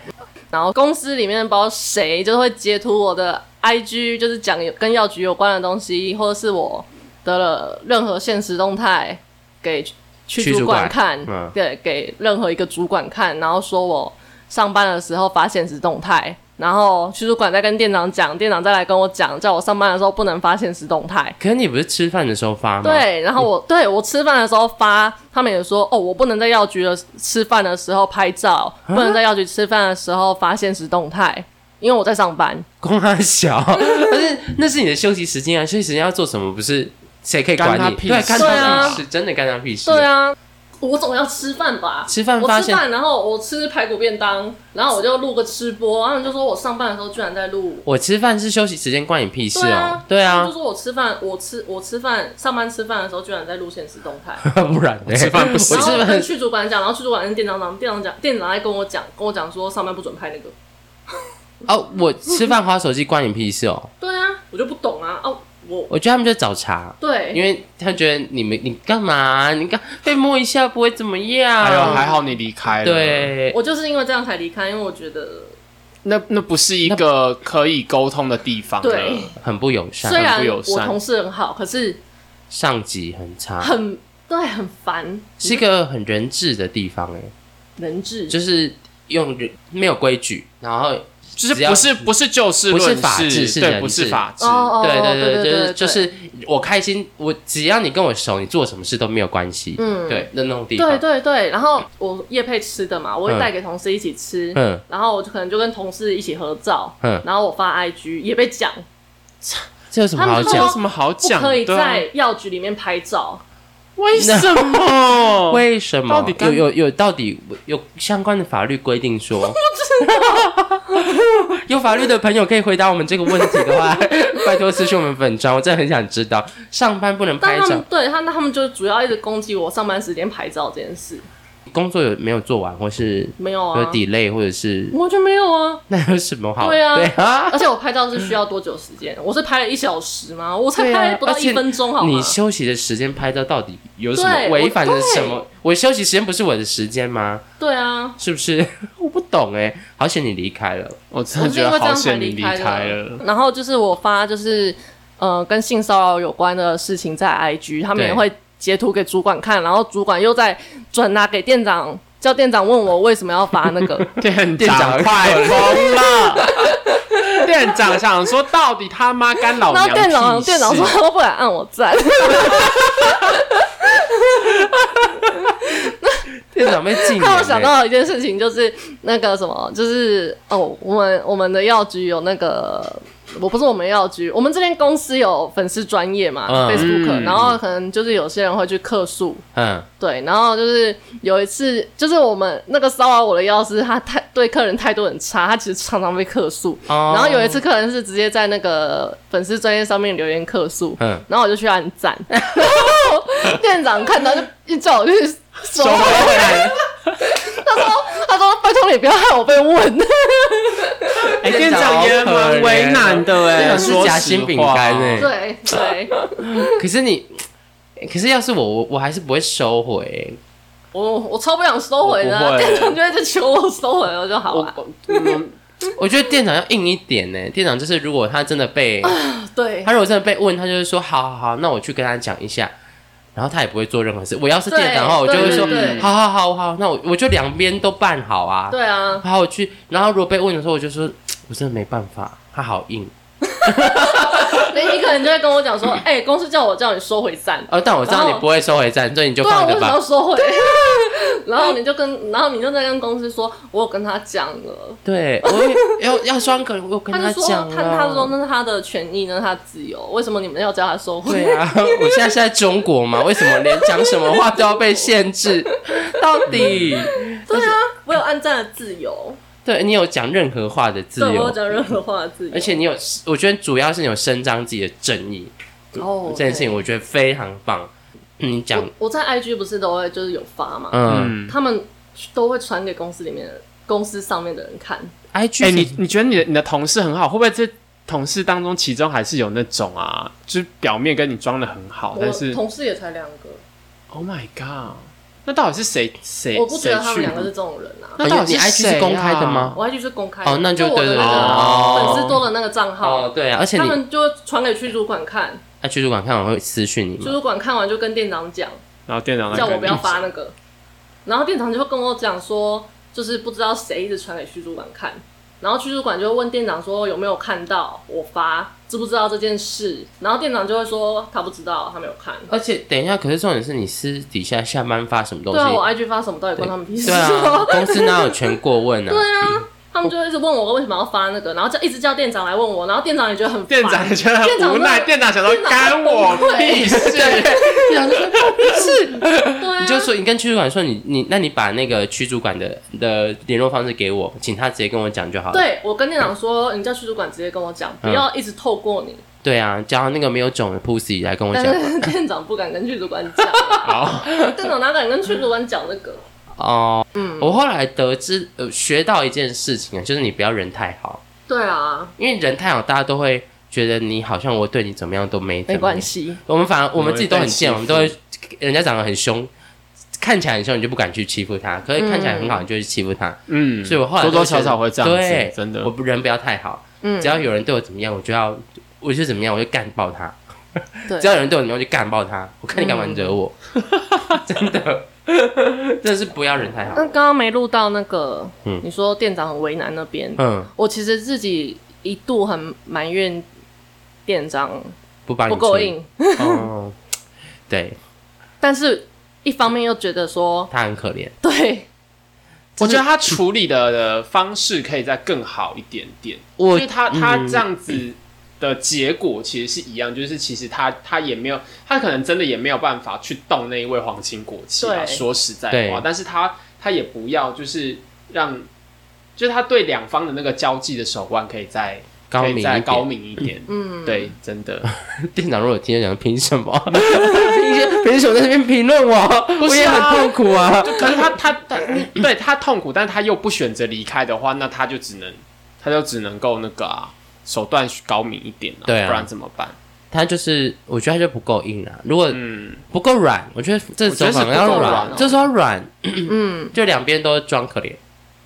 S2: 然后公司里面不知道谁就会截图我的 IG，就是讲有跟药局有关的东西，或者是我的任何现实动态给
S1: 驱
S2: 去
S1: 逐
S2: 主管
S1: 管
S2: 看，
S1: 嗯
S2: 对，给任何一个主管看，然后说我上班的时候发现实动态，然后去主管再跟店长讲，店长再来跟我讲，叫我上班的时候不能发现实动态。
S1: 可是你不是吃饭的时候发吗？，
S2: 对，然后
S1: [laughs]
S2: 我对我吃饭的时候发，他们也说哦，我不能在药局的吃饭的时候拍照，
S1: 啊
S2: 不能在药局吃饭的时候发现实动态，因为我在上班。
S1: 公他
S2: [laughs]
S1: 小，但是那是你的休息时间啊，休息时间要做什么不是谁可以管
S3: 干他
S1: 你？
S3: 屁
S1: 对，
S3: 事
S1: 干
S2: 对
S1: 他
S2: 啊
S1: 屁事，真的干他屁事。
S2: 对啊，我总要吃饭吧。
S1: 吃饭
S2: 我
S1: 发
S2: 吃
S1: 现
S2: 饭，然后我吃排骨便当，然后我就录个吃播，然后就说我上班的时候居然在录。
S1: 我吃饭是休息时间，关你屁事
S2: 对
S1: 哦
S2: 啊。，
S1: 对
S2: 他们
S1: 啊
S2: 就，说我吃饭，我吃我吃饭，上班吃饭的时候居然在录现实动态，
S1: 不然呢
S3: 吃 [laughs] 饭不
S1: [laughs]
S3: 行
S1: 啊我
S2: 然
S1: 吃饭
S2: 后跟去主管讲，然后去主管跟店长讲，店长讲，店长来跟我讲，跟我讲说上班不准拍那个。
S1: [laughs] 哦，我吃饭划手机关你屁事哦。
S2: 对啊，我就不懂啊，哦，我
S1: 我觉得他们就找茬。
S2: 对，
S1: 因为他觉得你们你干嘛？你干被摸一下不会怎么样？
S3: 还哎有还好你离
S1: 啊
S3: 开了，，
S1: 对，
S2: 我就是因为这样才离开，因为我觉得
S3: 那那不是一个可以沟通的地方了，
S2: 对，
S1: 很不友善
S2: 虽，然
S3: 很不友
S2: 我
S3: 善
S2: 同事很好，可是
S1: 上级很差，
S2: 很、对很烦，
S1: 是一个很人质的地方哎，
S2: 人质
S1: 就是用人没有规矩，然后
S3: 就是
S1: 只要
S3: 不是不是就事
S1: 不是
S3: 论
S1: 法治是
S3: 对，
S1: 人
S3: 不是
S1: 治
S3: 法治，
S2: 哦哦
S1: 对
S2: 对
S1: 对
S2: 对
S1: 就是就是我开心，我只要你跟我熟，你做什么事都没有关系，
S2: 嗯
S1: 对，那那种地
S2: 对
S1: 方，
S2: 对对，然后我夜配吃的嘛，我
S1: 嗯
S2: 会带给同事一起吃，
S1: 嗯
S2: 然后我就可能就跟同事一起合照，
S1: 嗯，
S2: 然后我发 IG 也被讲
S1: 这有什么好
S2: 他们就
S3: 有
S1: 讲？
S3: 什么好
S2: 不
S3: 讲
S2: 可以
S3: 的啊？
S2: 在药局里面拍照，
S3: 为
S1: [laughs]
S3: 什
S2: 哦
S3: 么？
S1: 为什么
S3: 到底？干
S1: 有有有，到底有相关的法律规定
S2: [laughs]
S1: 说？ [laughs] 有法律的朋友可以回答我们这个问题的
S2: [laughs]
S1: 话，拜托私讯我们粉专，我真的很想知道上班不能
S2: 但
S1: 拍
S2: 他
S1: 照
S2: 们，对他那他们就主要一直攻击我上班时间拍照这件事，
S1: 工作有没有做完，或是
S2: 没有
S1: 有
S2: 啊，
S1: delay，或者是 [laughs]
S2: 完全没有啊，
S1: 那有什么好？
S2: 对啊
S1: 啊，
S2: [laughs] 而且我拍照是需要多久时间？我是拍了一小时吗？我才
S1: 对啊
S2: 拍不到
S1: 而且
S2: 一分钟，好吗
S1: 你？休息的时间拍照到底有什么
S2: 对
S1: 违反了
S2: 我对
S1: 什么？我休息时间不是我的时间吗？
S2: 对啊，
S1: 是不是？ [laughs] 我不懂哎、好险你离开了。
S3: 我真
S2: 我
S3: 的
S2: 是
S3: 觉
S2: 因为
S3: 得
S2: 这
S3: 好
S2: 样才
S3: 险你
S2: 离
S3: 离
S2: 开
S3: 开
S2: 的
S3: 了。。
S2: 然后就是我发就是呃跟性骚扰有关的事情在 IG，他们
S1: 对
S2: 也会截图给主管看，然后主管又在转达给店长，叫店长问我为什么要发
S1: [laughs]
S2: 那个。
S3: 店
S1: 店长
S3: 长快疯了！
S1: [laughs]
S3: 店长想说，到底他妈干老
S2: 然
S3: 娘
S2: 后店长
S3: 屁事
S2: 店长说
S3: [laughs]
S2: 都不敢按我赞，
S1: 店长被禁
S2: [laughs]
S1: 言、
S2: 让我
S1: 欸。
S2: 想到一件事情，就是那个什么，就是哦，我们我们的药局有那个我不是我们药局，我们这边公司有粉丝专业嘛、
S1: 嗯
S2: f a c e b o o k
S3: 嗯
S2: 然后可能就是有些人会去客诉，
S1: 嗯，
S2: 对，然后就是有一次，就是我们那个骚扰我的药师，他态对客人态度很差，他其实常常被客诉。
S1: 哦
S2: 然后有一次，客人是直接在那个粉丝专业上面留言客诉，
S1: 嗯
S2: 然后我就去按赞， [laughs] 然后店长看到就一叫我去收回来。他说：“他说拜托你不要害我被问。
S1: [laughs]
S3: 哎，店长也蛮为难的哎，
S1: 店长欸是
S3: 说
S1: 夹
S3: 实
S1: 心饼
S3: 话
S1: 干哎
S2: 对对，
S1: 可是你，欸可是要是我，我我还是不会收回、欸
S2: 我我超不想收回
S3: 我不
S2: 的，啊
S3: 会
S2: 店长就一直求我收回，我就好啊
S3: 我
S2: 了。
S3: 我嗯
S1: 我觉得店长要硬一点呢、店长就是如果他真的被，
S2: 哎对
S1: 他，如果真的被问，他就是说好好好，那我去跟他讲一下。然后他也不会做任何事。我要是店长的话，我就
S2: 对
S1: 会说
S2: 对对，
S1: 好好好好，那我我就两边都办好啊。
S2: 对啊，
S1: 然后我去，然后如果被问的时候，我就说，我真的没办法，他好硬。
S2: 你你可能就会跟我
S1: [laughs]
S2: 讲说，哎，公司叫我叫你收回赞，
S1: 呃，但我知道你不会收回赞，所以你就
S2: 对啊，
S1: 放
S2: 我
S1: 着
S2: 想要
S1: 吧。啊
S2: 收回。 [laughs] 然后你就跟，然后你就在跟公司说，我有跟他讲了。
S1: 对，
S2: 啊
S1: 我也要要双个，我有跟
S2: 他就说，
S1: 讲
S2: 他
S1: 了。
S2: 他说那是他的权益，那是他的自由，为什么你们要叫他收回？
S1: 对
S2: [laughs]
S1: 啊，我现在是在中国嘛，为什么连讲什么话都要被限
S2: [laughs]
S1: 制？到底？
S2: 对啊，我有按赞的自由，
S1: 对你有讲任何话的自
S2: 对我有
S1: 由，
S2: 讲任何话的自由。
S1: 而且你有，我觉得主要是你有伸张自己的正义
S2: 哦，
S1: 这件事情，我觉得非常棒。你讲，
S2: 我我在 IG 不是都会就是有发嘛，
S1: 嗯
S3: 嗯，
S2: 他们都会传给公司里面的公司上面的人看。
S1: ，IG，
S3: 哎，你你觉得你的你的同事很好，会不会这同事当中其中还是有那种啊，就是表面跟你装的很
S1: 哦
S3: 好，
S2: 我
S3: 但是
S2: 同事也才两个，
S3: Oh my god，那到底是谁谁
S2: 我不觉得
S3: 谁
S2: 他们
S3: 去
S2: 两个是这种人啊。
S3: 那到底
S1: 你 IG 是公开的吗
S2: 我 IG 是公开的，
S1: 哦那就
S2: 就我的
S1: 对
S2: 那
S1: 对
S3: 对
S2: 个啊
S1: 哦
S2: 粉丝多的那个账号，
S1: 哦，对啊，而且
S2: 他
S1: 你
S2: 们就传给区主管看，
S1: 啊，去主管看完会私讯你
S2: 区
S1: 吗？
S2: 主管看完就跟店长讲，
S3: 啊然后
S1: 哦
S3: 店长
S2: 叫我不要发那个，然后店长就会跟我讲说，就是不知道谁一直传给区主管看，然后区主管就会问店长说有没有看到我发，知不知道这件事，然后店长就会说他不知道，他没有看。
S1: 而且等一下，可是重点是你私底下下班发什么东
S2: 对啊，我
S1: 西？
S2: IG 发什么到底关他们屁事？
S1: 对啊，公司哪有权过问啊？
S2: 对啊， [laughs] 他们就一直问我为什么要发那个，然后叫一直叫店长来问我，然后店长也觉得很烦
S3: 店
S2: [laughs]
S3: 长也觉得
S2: 店
S3: 很
S2: 长
S3: 无奈，
S2: 那
S3: 店长想说
S2: 店长
S3: 干我
S1: [laughs]
S2: 哎
S3: 屁事，
S1: 对啊，就是
S2: 对啊，
S1: 你就说你跟区主管说你你，那你把那个区主管的的联络方式给我，请他直接跟我讲就好了。
S2: 对我跟店长说，你叫区主管直接跟我讲，不
S1: 嗯
S2: 要一直透过你。
S1: 对啊，叫他那个没有种的 pussy 来跟我
S2: 但
S1: 讲。
S2: 是 [laughs] 店长不敢跟区主管
S1: [laughs]
S2: 讲，
S3: 好，
S2: 店长哪敢跟区主管讲这个？
S1: 哦，
S2: 嗯
S1: 我后来得知呃学到一件事情啊，就是你不要人太好，
S2: 对啊，
S1: 因为人太好，大家都会觉得你好像我对你怎么样都没怎么
S2: 没
S1: 样
S2: 关。系，
S1: 我们反而我们自己都很贱，我
S3: 我
S1: 们
S3: 们
S1: 都
S3: 会
S1: 会人家长得很凶，看起来很凶，你就不敢去欺负他；，可是看起来很好，你就去欺负他。
S3: 嗯，
S1: 所以我后来
S3: 多
S1: 都
S3: 多
S1: 觉得
S3: 少少会这样
S1: 对
S3: 子，真的
S1: 我。不人不要太好，
S2: 嗯
S1: 只要有人对我怎么样，我就要我就怎么样，我就干爆他。
S2: 对
S1: 只要有人对我怎么样，我就干爆他。我看你敢不敢惹我，
S2: 嗯
S1: [laughs] 真的，真的是不要人太
S2: 那
S1: 好。
S2: 刚刚没录到那个，
S1: 嗯
S2: 你说店长很为难那边，
S1: 嗯，
S2: 我其实自己一度很埋怨店长
S1: 不帮你
S2: 不够
S1: 处理。
S2: 硬，
S1: 哦，对
S2: 但是一方面又觉得说，
S1: 他很可怜。
S2: 对，
S3: 我觉得他处理的的方式可以再更好一点点，因
S1: 我
S3: 为他他
S1: 嗯
S3: 这样子的结果其实是一样，就是其实他他也没有，他可能真的也没有办法去动那一位皇亲国戚啊。
S2: 对
S3: 说实在
S1: 对
S3: 话，但是他他也不要就是让，就是他对两方的那个交际的手腕可以再
S1: 高明
S3: 可以
S1: 一
S3: 再
S1: 点，
S3: 高明一点。
S2: 嗯，
S3: [laughs] 对，真的
S1: 店长如果有听见讲凭什
S3: [laughs]
S1: 么？凭什么凭什么在那边评论我？
S3: 不
S1: 我
S3: 是
S1: 也
S3: 啊
S1: 很痛苦啊。
S3: 就可是他
S1: [laughs]
S3: 他他，对他痛苦，但是他又不选择离开的话，那他就只能，他就只能够那个啊，手段高明一点、啊，
S1: 对啊
S3: 不然怎么办？
S1: 他就是，我觉得他就不够硬啊。如果
S3: 嗯，
S1: 不够软，我觉得这时候反而
S3: 我觉得是不
S1: 要
S3: 够
S1: 软
S3: 软哦，
S1: 这时候要软，
S2: 嗯，
S1: 就两边都装可怜。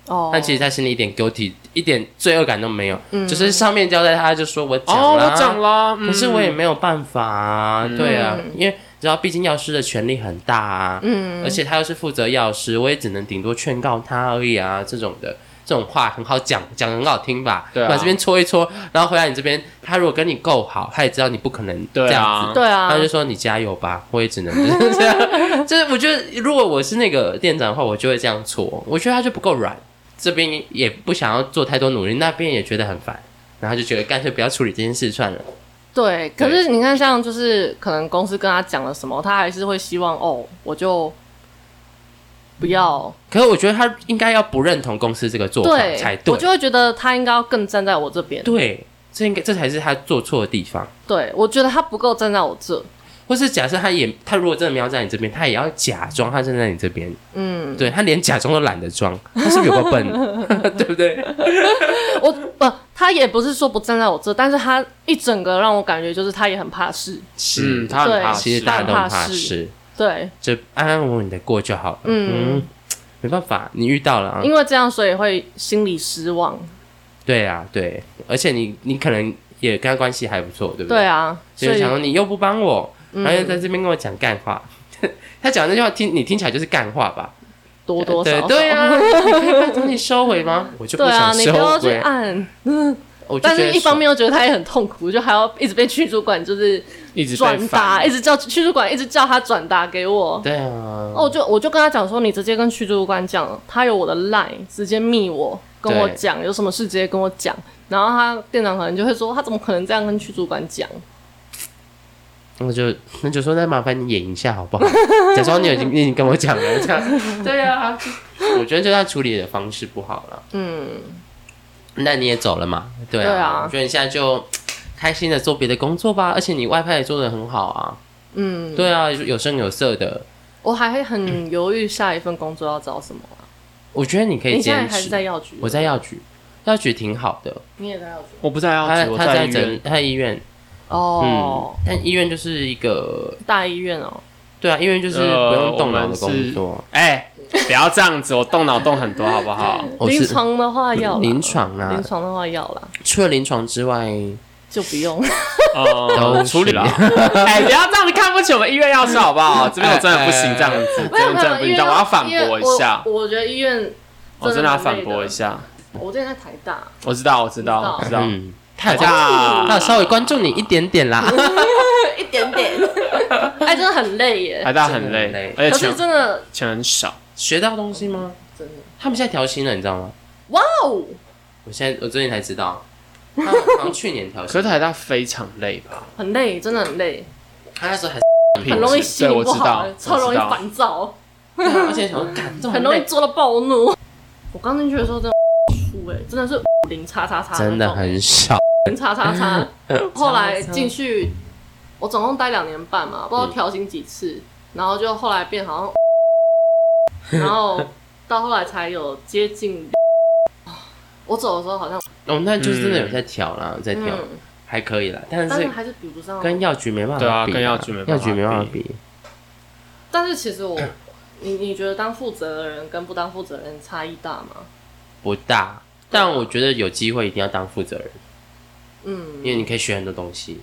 S2: 哦，
S1: 但其实他心里一点 guilty，一点罪恶感都没有，
S2: 嗯
S1: 只是上面交代他就说我讲
S3: 哦，
S1: 啦
S3: 我讲了，嗯
S1: 可是我也没有办法啊，
S3: 嗯
S1: 对啊
S2: 嗯，
S1: 因为你知道，毕竟药师的权力很大啊，
S2: 嗯
S1: 而且他又是负责药师，我也只能顶多劝告他而已啊，这种的。这种话很好讲，讲得很好听吧？
S3: 对啊
S1: 把这边戳一戳，然后回来你这边，他如果跟你够好，他也知道你不可能这
S3: 对
S1: 样子，
S3: 啊，
S2: 对啊
S1: 他，就说你加油吧，我也只能 [laughs] 就是这样。就是我觉得，如果我是那个店长的话，我就会这样搓。我觉得他就不够软，这边也不想要做太多努力，那边也觉得很烦。然后他就觉得干脆不要处理这件事算了。
S2: 对，可是你看，像就是可能公司跟他讲了什么，他还是会希望哦，我就不要。
S1: 可是我觉得他应该要不认同公司这个嗯做法
S2: 对，
S1: 才对
S2: 我，就会觉得他应该要更站在我这边。
S1: 对，这应该这才是他做错的地方。
S2: 对，我觉得他不够站在我这。
S1: 或是假设他也他如果真的没有在你这边，他也要假装他站在你这边，
S2: 嗯，
S1: 对他连假装都懒得装，他是不是有个笨， [laughs] 对不对？
S2: 我不、他也不是说不站在我这，但是他一整个让我感觉就是他也很怕事。
S1: 是
S3: 嗯，，他很
S2: 对
S3: 怕
S1: 其实
S3: 事，
S1: 大家都很
S2: 他很
S1: 怕
S2: 怕事
S1: 事，
S2: 对，
S1: 就安安稳稳的过就好了。
S2: 嗯
S1: 嗯，没办法，你遇到了啊。
S2: 因为这样，所以会心里失望。
S1: 对啊，对，而且你你可能也跟他关系还不错，对不
S2: 对？啊，
S1: 所
S2: 所
S1: 以
S2: 以
S1: 想说你又不帮我，
S2: 嗯
S1: 然后又在这边跟我讲干话。 [laughs] 他讲那句话听你听起来就是干话吧？
S2: 多多
S1: 对
S2: 少少
S1: 对啊，你可以拜托你收回
S2: [laughs]
S1: 吗？我 [laughs] 就不
S2: 对啊，
S1: 想
S2: 你
S1: 收
S2: 不要去
S1: 回。
S2: 按。
S1: 我就
S2: 但
S1: 觉得
S2: 是，一方面又觉得他也很痛苦，就还要一直被驱逐馆就是
S3: 一直被
S2: 转达，
S3: 烦
S2: 一直叫驱逐馆一直叫他转达给我。
S1: 对啊，
S2: 哦，我就我就跟他讲说，你直接跟驱逐官讲，他有我的 line，直接密我，跟我
S1: 对
S2: 讲有什么事直接跟我讲。然后他店长可能就会说，他怎么可能这样跟驱逐官讲？
S1: 那就那就说那麻烦你演一下好不好？ [laughs] 假装你已经你已经跟我讲了这样。对啊， [laughs] 我觉得就他处理的方式不好了。
S2: 嗯，
S1: 那你也走了嘛？对啊，
S2: 对啊
S1: 我觉得你现在就开心的做别的工作吧，而且你外派也做的很好啊。嗯，对啊，有声有色的，
S2: 我还会很犹豫下一份工作要找什么啊、
S1: 我觉得你可以
S2: 你现在
S1: 坚
S2: 还是
S1: 持。
S2: 在药局？
S1: 我在药局，药局挺好的。
S2: 你也在药局？
S3: 我不在
S1: 他
S3: 要我
S1: 他在
S3: 医
S1: 整
S3: 院，
S1: 他在医院，
S2: 哦
S1: 嗯，，但医院就是一个
S2: 大医院哦，
S1: 对啊，医院就是
S3: 呃
S1: 不用动脑的
S3: 我们
S1: 工
S3: 是
S1: 作，
S3: 哎，不要这样子，我动脑动很多，好不
S1: [laughs]
S3: 好？
S1: 我哦是
S2: 临床的话要啦
S1: 临床啊
S2: 临床的话要啦，
S1: 除了临床之外，
S2: 就不用。
S1: 都
S3: 呃，处理
S1: 是
S3: 了。 [laughs] 哎，不要这样子看不起我们医院药师，好不好？这边我真的不
S1: 哎
S3: 行，这样子，
S2: 没有
S3: 真的
S2: 没
S3: 真
S2: 有
S3: 的，不
S2: 因为
S3: 行，这样我要反驳一下
S2: 因，为我我觉得医院，
S3: 我真的要反驳一下。
S2: 我之前在台大，
S3: 我知道，我知道，我
S2: 知
S3: 知道。
S1: 嗯，
S3: 大
S1: 太好了，那
S3: 家，
S1: 稍微关注你一点点啦。 [laughs]
S2: 一点点， [laughs] 哎，真的很累耶。
S3: 大家很
S1: 真的很
S3: 累
S1: 累，
S2: 可
S3: 而且
S2: 是
S3: 钱
S2: 真的，
S3: 钱很少。
S1: 学到东西吗？
S2: 真的，
S1: 他们现在调薪了，你知道吗？
S2: 哇哦！
S1: 我现在我最近才知道，他好像去年调
S3: 可 [laughs]
S1: 薪
S3: 是，台大非常累吧？
S2: 很累，真的很累，
S1: 他那时候 [laughs] 还
S2: 很容易心
S3: 嗯对，
S2: 情
S3: 我
S2: 不
S3: 知
S2: 好
S3: 道，，
S2: 超容易
S3: 我知道。
S2: 烦躁，
S1: 是，啊而且想说，干这么
S2: 很容易
S1: 累
S2: 做到暴怒。我刚进去的时候 [laughs] 真的出哎，真的是 [laughs] 零叉叉叉那种，
S1: 真的很少。
S2: 零叉叉叉。后来进去，我总共待两年半嘛，不知道调薪几次，然后就后来变好像，然后到后来才有接近。啊我走的时候好像，
S1: 哦，那就是真的有在调啦，有在调
S2: 嗯，
S1: 还可以啦，但
S2: 但是
S1: 是
S2: 还是比不上
S1: 跟药局没办法比
S3: 对啊
S1: 啦，
S3: 跟药局没办法
S1: 药局没办法比。
S2: 但是其实我，你你觉得当负责人跟不当负责人差异大吗？
S1: 不大，但我觉得有机会一定要当负责人，因
S2: 嗯，
S1: 为你可以学很多东西，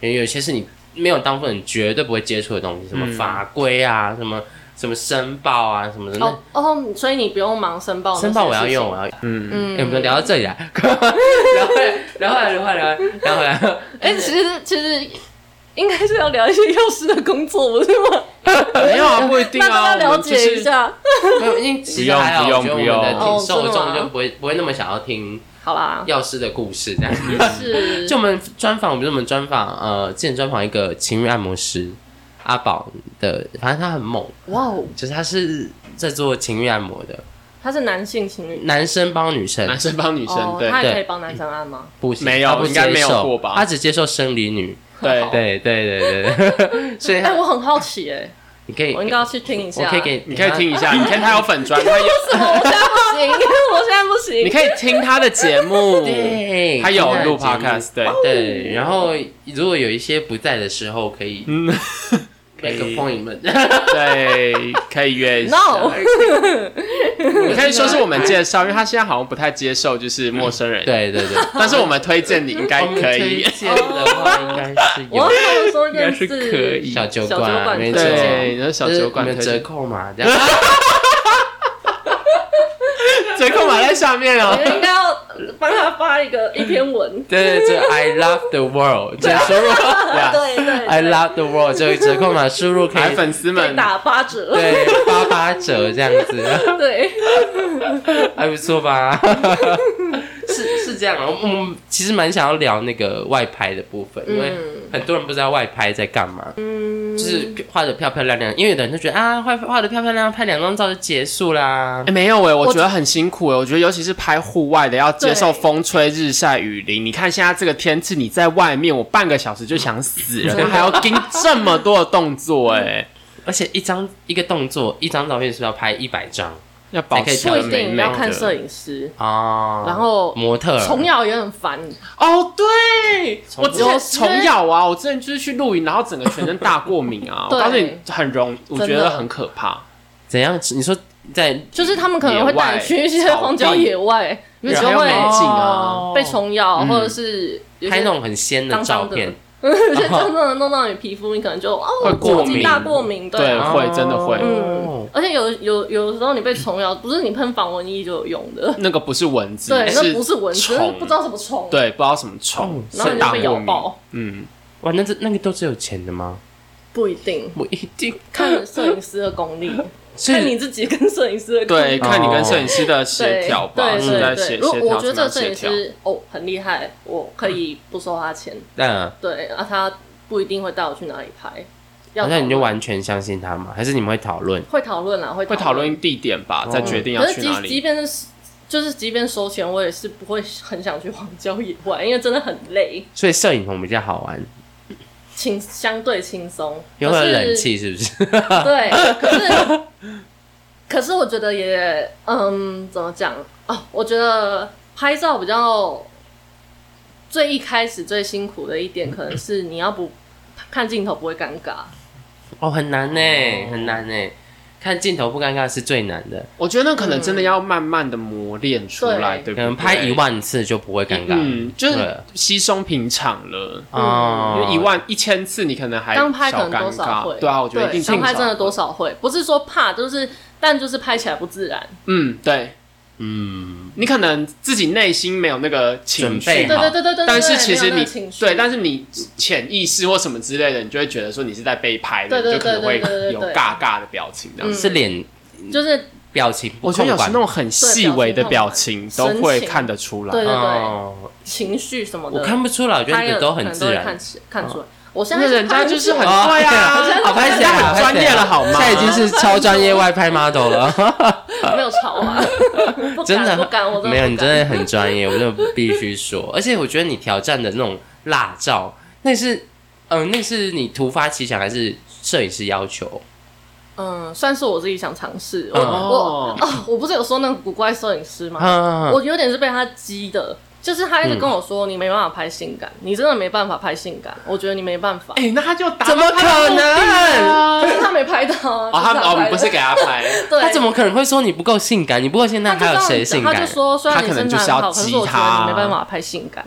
S1: 因为有些是你没有当负责人绝对不会接触的东西，什么
S3: 嗯
S1: 法规啊，什么什么申报啊，什么的。
S2: 哦
S1: 那
S2: 哦，所以你不用忙申报，
S1: 申报我要用，我，要用。
S3: 嗯，
S2: 嗯
S1: 哎，我们聊到这 [laughs] 里来，聊回来，聊回来，聊回来，聊回来。
S2: 哎、其实其实应该是要聊一些 [laughs] 药师的工作，不是吗？
S3: 没有啊，不一定
S2: 那
S3: 啊。
S2: 大家
S3: 我
S2: 了
S3: 们就
S2: 解一
S3: 是
S2: 下。
S1: 没有，因为其实还好，
S3: 不
S1: 我觉
S3: 用
S1: 得我
S3: 不
S1: 们
S3: 用
S1: 的
S3: 不
S2: 用
S1: 听受
S2: 哦真的吗
S1: 众就不会不会那么想要听
S2: 好啦，
S1: 药师的故事这样。
S2: [laughs] 是
S1: 就我们专访，我们我们专访，呃，之前专访一个情欲按摩师阿宝的，反正他很猛，
S2: 哇哦，
S1: 就是他是在做情欲按摩的，
S2: 他是男性情侣，
S1: 男生帮女生，
S3: 男生帮女生，
S2: 哦，
S3: 对
S2: 他也可
S1: 对
S2: 以帮男生按吗？
S1: 不行，
S3: 啊没有
S1: 他不
S3: 应该
S1: 接
S3: 没有
S1: 受
S3: 过吧
S1: 他只接受生理女，
S3: 对对，
S1: 对对对对对， [laughs] 所以
S2: 哎、
S1: 他
S2: 我很好奇哎、
S1: 你可以，
S2: 我应该要去听一下。
S1: 我可以给
S3: 你可以听一下，你看他有粉砖，他有，
S2: 什么？我现在不行，我现在不
S3: 你
S2: 行。
S3: 可以听他的节目，
S1: 对，
S3: 他有录
S1: 他的节目
S3: podcast，对，
S1: [laughs]
S3: [laughs]
S1: 对，然后如果有一些不在的时候，可以
S3: 嗯，
S1: [laughs] make
S3: [laughs] 可
S1: a
S3: 以
S1: appointment，
S3: 对，可以约一 [laughs] 下。
S2: No，
S3: 你可以说是我们介绍，因为他现在好像不太接受就是陌生人，，
S1: [laughs] 对对
S3: [laughs]
S1: 对，
S3: 但是我们推荐你应该
S1: 我们
S3: 可以 [laughs]
S1: 推，荐的话应该是
S2: 我要
S1: 有
S2: 跟你说一
S3: 应该
S2: 件
S3: 是
S2: 事，
S3: 可以。
S1: 小酒
S2: 哦小酒馆
S1: 馆，没错，
S3: 对，那小酒馆
S1: 有
S3: 推
S1: 折
S3: 荐
S1: 扣嘛？这样
S3: 折扣码在下面
S2: 我
S3: 哦
S2: 觉。得应该要帮他发一个一篇文。
S1: 对对对，I love the world，这样
S3: [laughs]
S1: 输入
S3: 啊
S2: 对对对
S1: I love the world 这个折扣码输入可
S3: 来，
S1: 以
S3: 粉丝
S2: 可以
S3: 们，
S2: 打八折。 [laughs]
S1: 对八八折这样子，
S2: 对，
S1: [laughs] 还不错吧？是是这这样啊。我我其实蛮想要聊那个外拍的部分，因为
S2: 嗯
S1: 很多人不知道外拍在干嘛，
S2: 嗯，
S1: 就是画的漂漂亮亮。因为有的人就觉得啊，画画的漂漂亮亮，拍两张照就结束啦
S3: 哎、。没有哎、我
S2: 我
S3: 觉得很辛苦哎、我觉得尤其是拍户外的，要接受
S2: 对
S3: 风吹日晒雨淋。你看现在这个天气，你在外面，我半个小时就想死了， [laughs]
S1: 真的
S3: 还要盯这么多的动作哎、
S1: 而且一张一个动作，一张照片是不是要拍一百张
S3: 要保
S1: 才可以
S3: 持
S1: 调
S2: 不
S3: 得
S2: 一
S3: 美
S2: 定
S3: 美
S2: 要看摄
S3: 的。
S2: 影师，
S1: 哦。
S2: 然后
S1: 模特儿
S2: 虫咬也很烦，
S3: 哦，对，
S1: 虫
S3: 我之前
S2: 有
S3: 虫咬啊，我之前就是去露营，然后整个全身大过敏啊。
S2: [laughs]
S3: 我
S2: 对
S3: 告诉你，很容，我觉
S2: 真
S3: 得
S2: 的
S3: 很可怕。
S1: 怎样？你说在
S2: 就是他们可能会带你去一些
S3: 野外
S2: 荒郊野外，因为
S3: 然
S2: 就
S3: 后要
S2: 会
S3: 美景啊
S1: 哦，
S2: 被虫咬，
S3: 嗯
S2: 或者是有
S1: 拍
S2: 些
S1: 那种很鲜的
S2: 脏
S1: 照
S2: 脏的
S1: 片，
S2: [laughs] 有些真的弄到你皮肤，你可能就哦
S3: 会过
S2: 超
S3: 敏
S2: 级大过敏，
S3: 对
S2: 啊
S3: 会真的会
S1: 嗯
S2: 嗯，而且有有有时候你被虫咬，不是你喷防蚊液就有用的，
S3: 那个不是蚊子，
S2: 对，那不是蚊子，那
S3: 虫
S2: 是不知道什么虫，，
S3: 对，不知道什么虫，
S1: 哦
S2: 然后
S3: 是
S2: 你
S3: 大
S2: 就被咬
S3: 过敏。
S2: 爆，
S3: 嗯，
S1: 哇，那这那个都是有钱的吗？
S2: 不一定
S1: 我一定
S2: 看摄影师的功力，
S1: 所
S2: 看
S1: 以
S2: 你自己跟摄影师的功力
S1: 嗯
S3: 对，看你
S1: 哦
S3: 跟摄影师的协
S2: 对
S3: 调吧，
S2: 对
S3: 是在
S2: 对对，
S3: 协协
S2: 如
S3: 调
S2: 果
S3: 怎么
S2: 我觉得这
S3: 样
S2: 个摄
S3: 协
S2: 影
S3: 调。
S2: 师哦很厉害，我可以不收他钱，
S1: 嗯，
S2: 对，啊他不一定会带我去哪里拍，要
S1: 那你就
S2: 讨论
S1: 完全相信他吗？还是你们会讨论？
S2: 会讨论啦，会会
S3: 会讨论地点吧，
S1: 哦
S3: 再决定要
S2: 可是
S3: 去哪
S2: 即即
S3: 里。
S2: 便是就是即便收钱，我也是不会 [laughs] 很想去荒郊野外，因为真的很累，
S1: 所以摄影棚比较好玩，
S2: 轻相对轻松。
S1: 有
S2: 可
S1: 很
S2: 是
S1: 冷气是不是？ [laughs]
S3: [laughs]
S2: 对，可是可是我觉得也嗯，怎么讲哦？我觉得拍照比较最一开始最辛苦的一点，可能是你要不看镜头不会尴尬。
S1: 哦，很难呢、很难呢、看镜头不尴尬是最难的，
S3: 我觉得那可能真的要慢慢的磨练出来，对
S2: 对
S1: 可
S3: 不对？
S1: 能拍一万次就不会尴尬。
S3: 嗯，就是
S1: 对
S3: 稀松平常了。因
S1: 哦
S3: 为一万一千次，你可能还
S2: 刚拍可
S3: 哎小
S2: 能
S3: 尴
S2: 多少
S3: 尬，
S2: 会，
S3: 对啊，我觉得一定啊
S2: 刚拍
S3: 少
S2: 真的多少会，不是说怕，就是但就是拍起来不自然。
S3: 嗯，对
S1: 嗯，
S3: 你可能自己内心没有那个情
S1: 准备
S3: 绪
S1: 好，
S2: 对对对对对，
S3: 但是
S2: 对
S3: 其
S2: 没
S3: 实
S2: 有那
S3: 你
S2: 个情绪
S3: 对，但是你潜意识或什么之类的，你就会觉得说你是在被拍的，
S2: 对对
S3: 你就可能会
S2: 对对对对
S3: 有
S2: 对嗯
S3: 尬尬的表情这样子。
S1: 是脸
S2: 就是
S1: 表情不
S3: 我觉得有
S1: 控
S3: 时
S1: 管
S3: 那种很细微的表情
S2: 对
S3: 都
S2: 表情
S3: 会
S2: 神情
S3: 看得出来。
S2: 对对对，
S1: 哦，
S2: 情绪什么的，
S1: 我看不出来，我觉得
S2: 拍
S1: 你
S2: 了
S1: 的都很
S2: 可能
S1: 自
S2: 会
S1: 然
S2: 看。起看出来。我现
S3: 那
S2: 在
S3: 人家
S2: 看
S3: 嗯就是
S2: 出
S3: 很
S2: 来
S1: 哦对
S3: 对 [laughs] 啊，
S1: 好拍起来，
S3: 很专业了好吗？
S1: 现在已经是超专业外拍 model 了，
S2: 没有吵啊，
S3: [laughs]
S2: 不敢
S1: 真的
S2: 不敢，我真的
S1: 没有，你
S2: 不敢
S1: 真的很专业，我真的必须说。而且我觉得你挑战的那种辣照，那是，嗯、那是你突发奇想还是摄影师要求？
S2: 嗯，算是我自己想尝试。我
S3: 哦
S1: 嗯
S2: 我啊，我不是有说那个古怪摄影师
S3: 嗯
S2: 吗？
S1: 啊，
S2: 我有点是被他激的，就是他一直跟我说你没办法拍性感，你真的没办法拍性感，我觉得你没办法。
S3: 哎，那他就打
S1: 怎么可能？
S2: 可是他没拍到啊，
S3: 哦，他
S2: 就是
S3: 哦，
S2: 拍
S3: 我们
S2: 的
S3: 不是
S2: [laughs]
S3: 给他拍，
S2: 对，
S1: 他怎么可能会说你不够性感？你不够性
S2: 他
S1: 感，
S2: 就
S1: 还有谁
S2: 这
S1: 性
S2: 样讲他
S1: 感
S2: 就？说，虽然
S3: 他
S2: 你
S3: 可能
S2: 身
S3: 就
S2: 材
S3: 是要
S2: 很好，可是
S3: 激
S2: 我觉
S3: 他啊
S2: 得你没办法拍性感。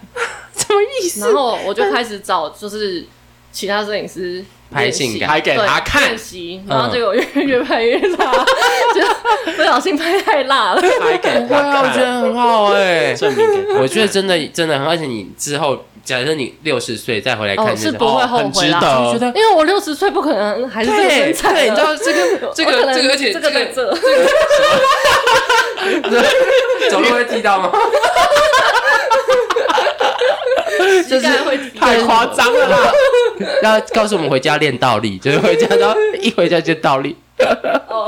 S1: 什么意
S2: 然？后我就开始找就是其他摄影师
S1: 拍
S2: 练习
S1: 性感
S3: 拍给他
S2: 对
S3: 看
S2: 练，习，然后结果越越拍越辣，就不小心拍太辣了。 [laughs]
S3: 拍给
S1: 对啊，
S3: 他
S1: 我觉
S3: 看，
S1: 得很好哎、
S3: 证明给他
S1: 我觉得真的真的很，而且你之后，假设你六十岁再回来看
S2: 哦，
S1: 这
S2: 是
S1: 种，
S2: 不会后
S3: 很
S2: 悔
S3: 值
S2: 啦。
S3: 得
S1: 我觉得
S2: 因为我六十岁不可能还是这个
S1: 哦对
S2: 身材
S1: 对，你知
S2: 了
S1: 道这个这
S2: 我可
S1: 个
S2: 能
S1: 这个，而且
S2: 这个在这，
S1: [laughs] 走路会踢到吗？
S2: 膝盖
S1: [laughs]
S2: 会提
S3: 太夸张了啦！
S1: 要告诉我们回家练倒立，就是回家然后一回家就倒立，
S2: 哦，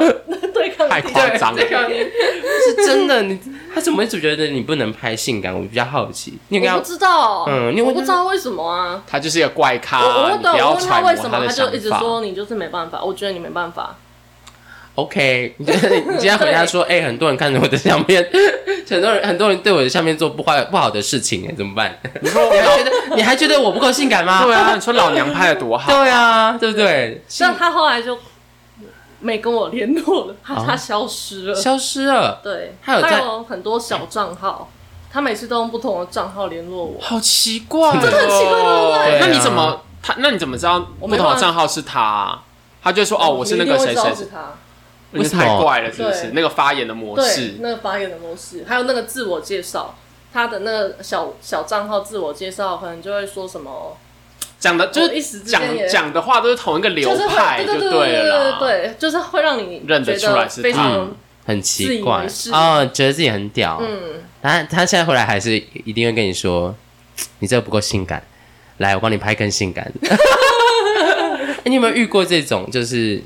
S2: 对抗
S3: 太
S2: 力
S3: 夸张了
S1: 对这个 [laughs] 是真的。你他怎么一直觉得你不能拍性感？我比较好奇，你有跟
S2: 我
S1: 他
S2: 不知道，
S1: 嗯你
S2: 我
S1: 问
S2: 不
S1: 他
S2: 知道为什么啊。
S3: 他就是一个怪咖，
S2: 我我
S3: 你
S2: 问
S3: 不
S2: 我
S3: 要
S2: 问他
S3: 揣
S2: 为
S3: 摩
S2: 什
S3: 他
S2: 么，
S3: 的
S2: 他
S3: 想
S2: 就一直
S3: 法。
S2: 说你就是没办法，我觉得你没办法。
S1: OK？你觉得你今天回家说，哎、很多人看着我的相片， [laughs] 很多人很多人对我的相片做不坏不好的事情，哎，怎么办？
S3: 你说
S1: 你还觉得你还觉得我不够性感吗？
S3: 对啊，你说老娘拍的多好，
S1: 对啊，对不对？
S2: 但他后来就没跟我联络了，他
S1: 啊
S2: 他消失了。
S1: 消失了，
S2: 对，
S1: 他有在
S2: 很多小账号，他每次都用不同的账号联络我。
S3: 好奇怪哦，
S1: 真
S2: 的很奇怪对不
S1: 对
S3: 那你
S1: 对啊
S3: 怎么他？那你怎么知道不
S2: 我
S3: 同
S2: 没
S3: 的
S2: 办法
S3: 账号是他啊？他就说哦，我是那
S2: 你
S3: 个
S2: 一
S3: 谁
S2: 定会知道
S3: 谁
S2: 是，他。
S3: 你是
S1: 为什
S3: 太
S1: 么
S3: 怪了，是不是
S2: 对？
S3: 那个发言的模
S2: 对，
S3: 式，
S2: 那个发言的模式，还有那个自我介绍，他的那个小小账号自我介绍，可能就会说什么，
S3: 讲的就
S2: 我一
S3: 是
S2: 时之
S3: 讲
S2: 间也
S3: 讲的话都是同一个流
S2: 就是
S3: 派，
S2: 会，
S3: 就
S2: 对对对
S3: 了
S2: 对
S3: 啦。
S2: 对，就是会让你
S3: 认得
S2: 觉
S3: 出来
S2: 得
S3: 是他
S2: 非常嗯
S1: 很
S2: 自
S1: 奇
S2: 以
S1: 怪
S2: 为是
S1: 哦，觉得自己很屌。
S2: 嗯，
S1: 他他现在回来还是一定会跟你说，你这个不够性感，来我帮你拍更性感 [laughs] 的。欸你有没有遇过这种，就是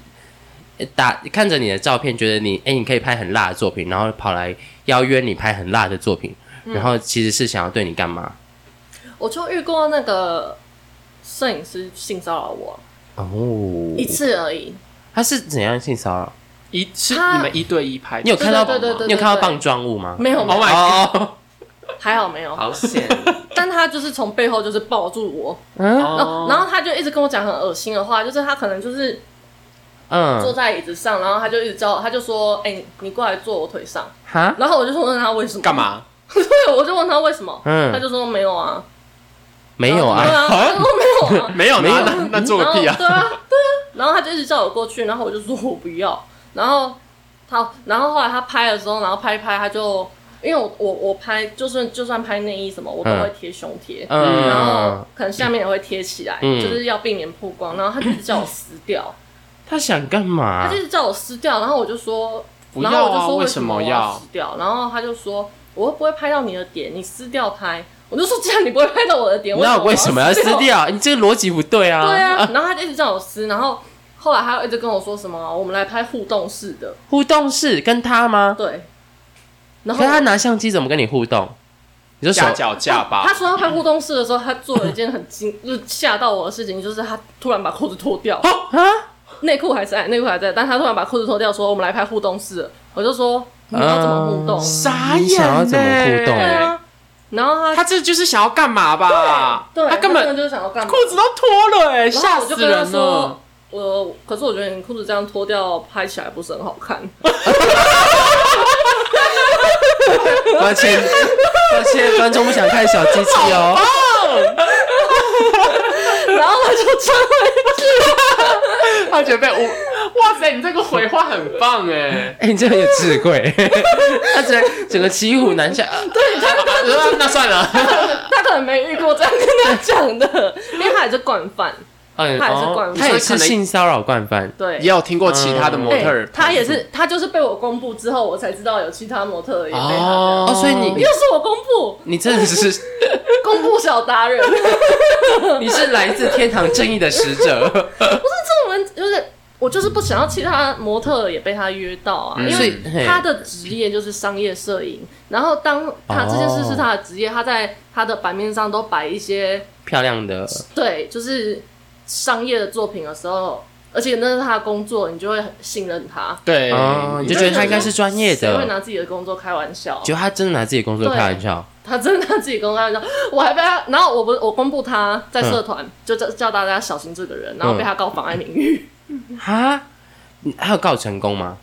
S1: 呃打看着你的照片，觉得你哎、欸你可以拍很辣的作品，然后跑来邀约你拍很辣的作品，
S2: 嗯
S1: 然后其实是想要对你干嘛？
S2: 我就遇过那个摄影师性骚扰我
S1: 哦，
S2: 一次而已，
S1: 他是怎样性骚扰？
S3: 一是
S2: 他
S3: 你们一对一拍，
S1: 你有看到
S2: 对对对对
S1: 你有看到
S2: 对
S1: 棒状物吗？
S2: 没有， [laughs]
S3: Oh my
S1: 哦，
S2: 还好没有，
S1: 好险！
S2: 但他就是从背后就是抱住我，
S1: 嗯
S2: 然后然
S3: 哦，
S2: 后他就一直跟我讲很恶心的话，就是他可能就是坐
S1: 嗯，
S2: 在椅子上，然后他就一直叫我，他就说：“哎、你你过来坐我腿上。
S1: 哈”，
S2: 然后我就问他为什么
S3: 干？嘛？
S2: 对，我就问他为什么，
S1: 嗯
S2: 他就说没有啊，
S1: 没有
S2: 对
S1: 啊，
S2: 啊，
S3: 啊
S2: 他就说没有啊，
S1: [laughs]
S3: 没有
S1: 没有
S3: 那那那做
S2: 然
S3: 个
S2: 后
S3: 屁
S2: 对
S3: 啊！
S2: 啊，对啊，然后他就一直叫我过去，然后我就说我不要，然后他，然后后来他拍的时候，然后拍一拍，他就因为我我我拍，就算就算拍内衣什么，我都
S1: 嗯
S2: 会贴胸贴，
S1: 嗯，
S2: 然后可能下面也会贴起来，
S1: 嗯
S2: 就是要避免曝光，然后他就一直叫我撕掉，
S1: 他想干嘛
S2: 他就一？直叫我撕掉，然后我就说，
S3: 不
S2: 然后
S3: 要
S2: 我就
S3: 啊，
S2: 说
S3: 为
S2: 什
S3: 什
S2: 么
S3: 么
S2: 我
S3: 要
S2: 撕？掉？然后他就说，我又不会拍到你的点，你撕掉拍，我就说 [laughs] 既然你不会拍到我的点，
S1: 那我为什
S2: 什
S1: 么
S2: 么
S1: 要撕
S2: 掉？
S1: 掉？你这个逻辑不对啊！
S2: 对啊，然后他就一直叫我撕，然后后来他又一直跟我说什么，我们来拍互动式的，
S1: 互动是跟他吗？
S2: 对。然
S1: 可
S2: 后
S1: 是他拿相机怎么跟你互动？你就手
S3: 架脚架吧
S2: 他，说要拍互动式的时候，他做了一件很惊， [laughs] 就是吓到我的事情，就是他突然把裤子脱掉，
S1: 啊？
S2: 内裤还在，内裤还在，但他突然把裤子脱掉，说我们来拍互动式的，我就说你要怎么互动？
S3: 傻
S1: 啊你
S3: 眼
S1: 想要怎么
S3: 呢
S1: 互动
S2: 对啊，然后他
S3: 哎他这就是想要干嘛吧？
S2: 对，
S3: 他根本
S2: 就是想要干嘛？
S3: 裤子都脱了，哎，
S2: 然
S3: 吓
S2: 后我就
S3: 死
S2: 跟他
S3: 人哦
S2: 说
S3: 了。，
S2: 我可是我觉得你裤子这样脱掉拍起来不是很好看。 [laughs] 啊
S1: 抱
S2: [laughs]
S1: 歉，抱歉，观众不想看小鸡鸡哦。
S2: 然后我就穿回去。
S3: 他觉得被污，哇塞，你这个回话很棒 [laughs] 哎！
S1: 哎，你这很有智慧， [laughs] 他整整个骑虎难下。对，那算了。
S2: 他可能没遇过这样跟他讲的，因为他也是惯犯，
S1: 嗯
S2: [laughs] 他也是
S1: 哦
S2: 惯犯
S1: 他也是性骚扰惯犯。
S2: 对，
S3: [laughs] 也有听过其他的模特
S2: 哎
S3: 儿，
S2: 他也是，他就是被我公布之后，我才知道有其他模特儿也被他这样。
S1: 哦，所以你
S2: 又是我公布，
S1: 你真的
S2: [laughs]
S1: 是
S2: 公布小达人，不是
S1: 你是来自天堂正义的使者，
S2: 这种人，就是我就是不想要其他模特儿也被他约到啊，
S3: 嗯
S2: 因
S1: 所
S2: 为
S1: 以嘿
S2: 他的职业就是商业摄影，然后当他这件事是他的职业，他在他的版面上都摆一些
S1: 漂亮
S2: [laughs]
S1: 的
S2: 对，就是商业的作品的时候，而且那是他的工作，你就会很信任他。
S3: 对
S1: 哦，你就觉得他应该是专
S2: [laughs]
S1: 业
S2: 谁会
S1: 的，
S2: 拿自己的工作开玩笑啊？
S1: 结果他真的拿自己的工作开玩笑，
S2: 他真的拿自己的工作开玩笑，我还被他，然后我不我公布他在社
S1: 嗯
S2: 团、就叫叫大家小心这个人，然后被他告妨碍名誉，
S1: 哈，你还有告成功吗？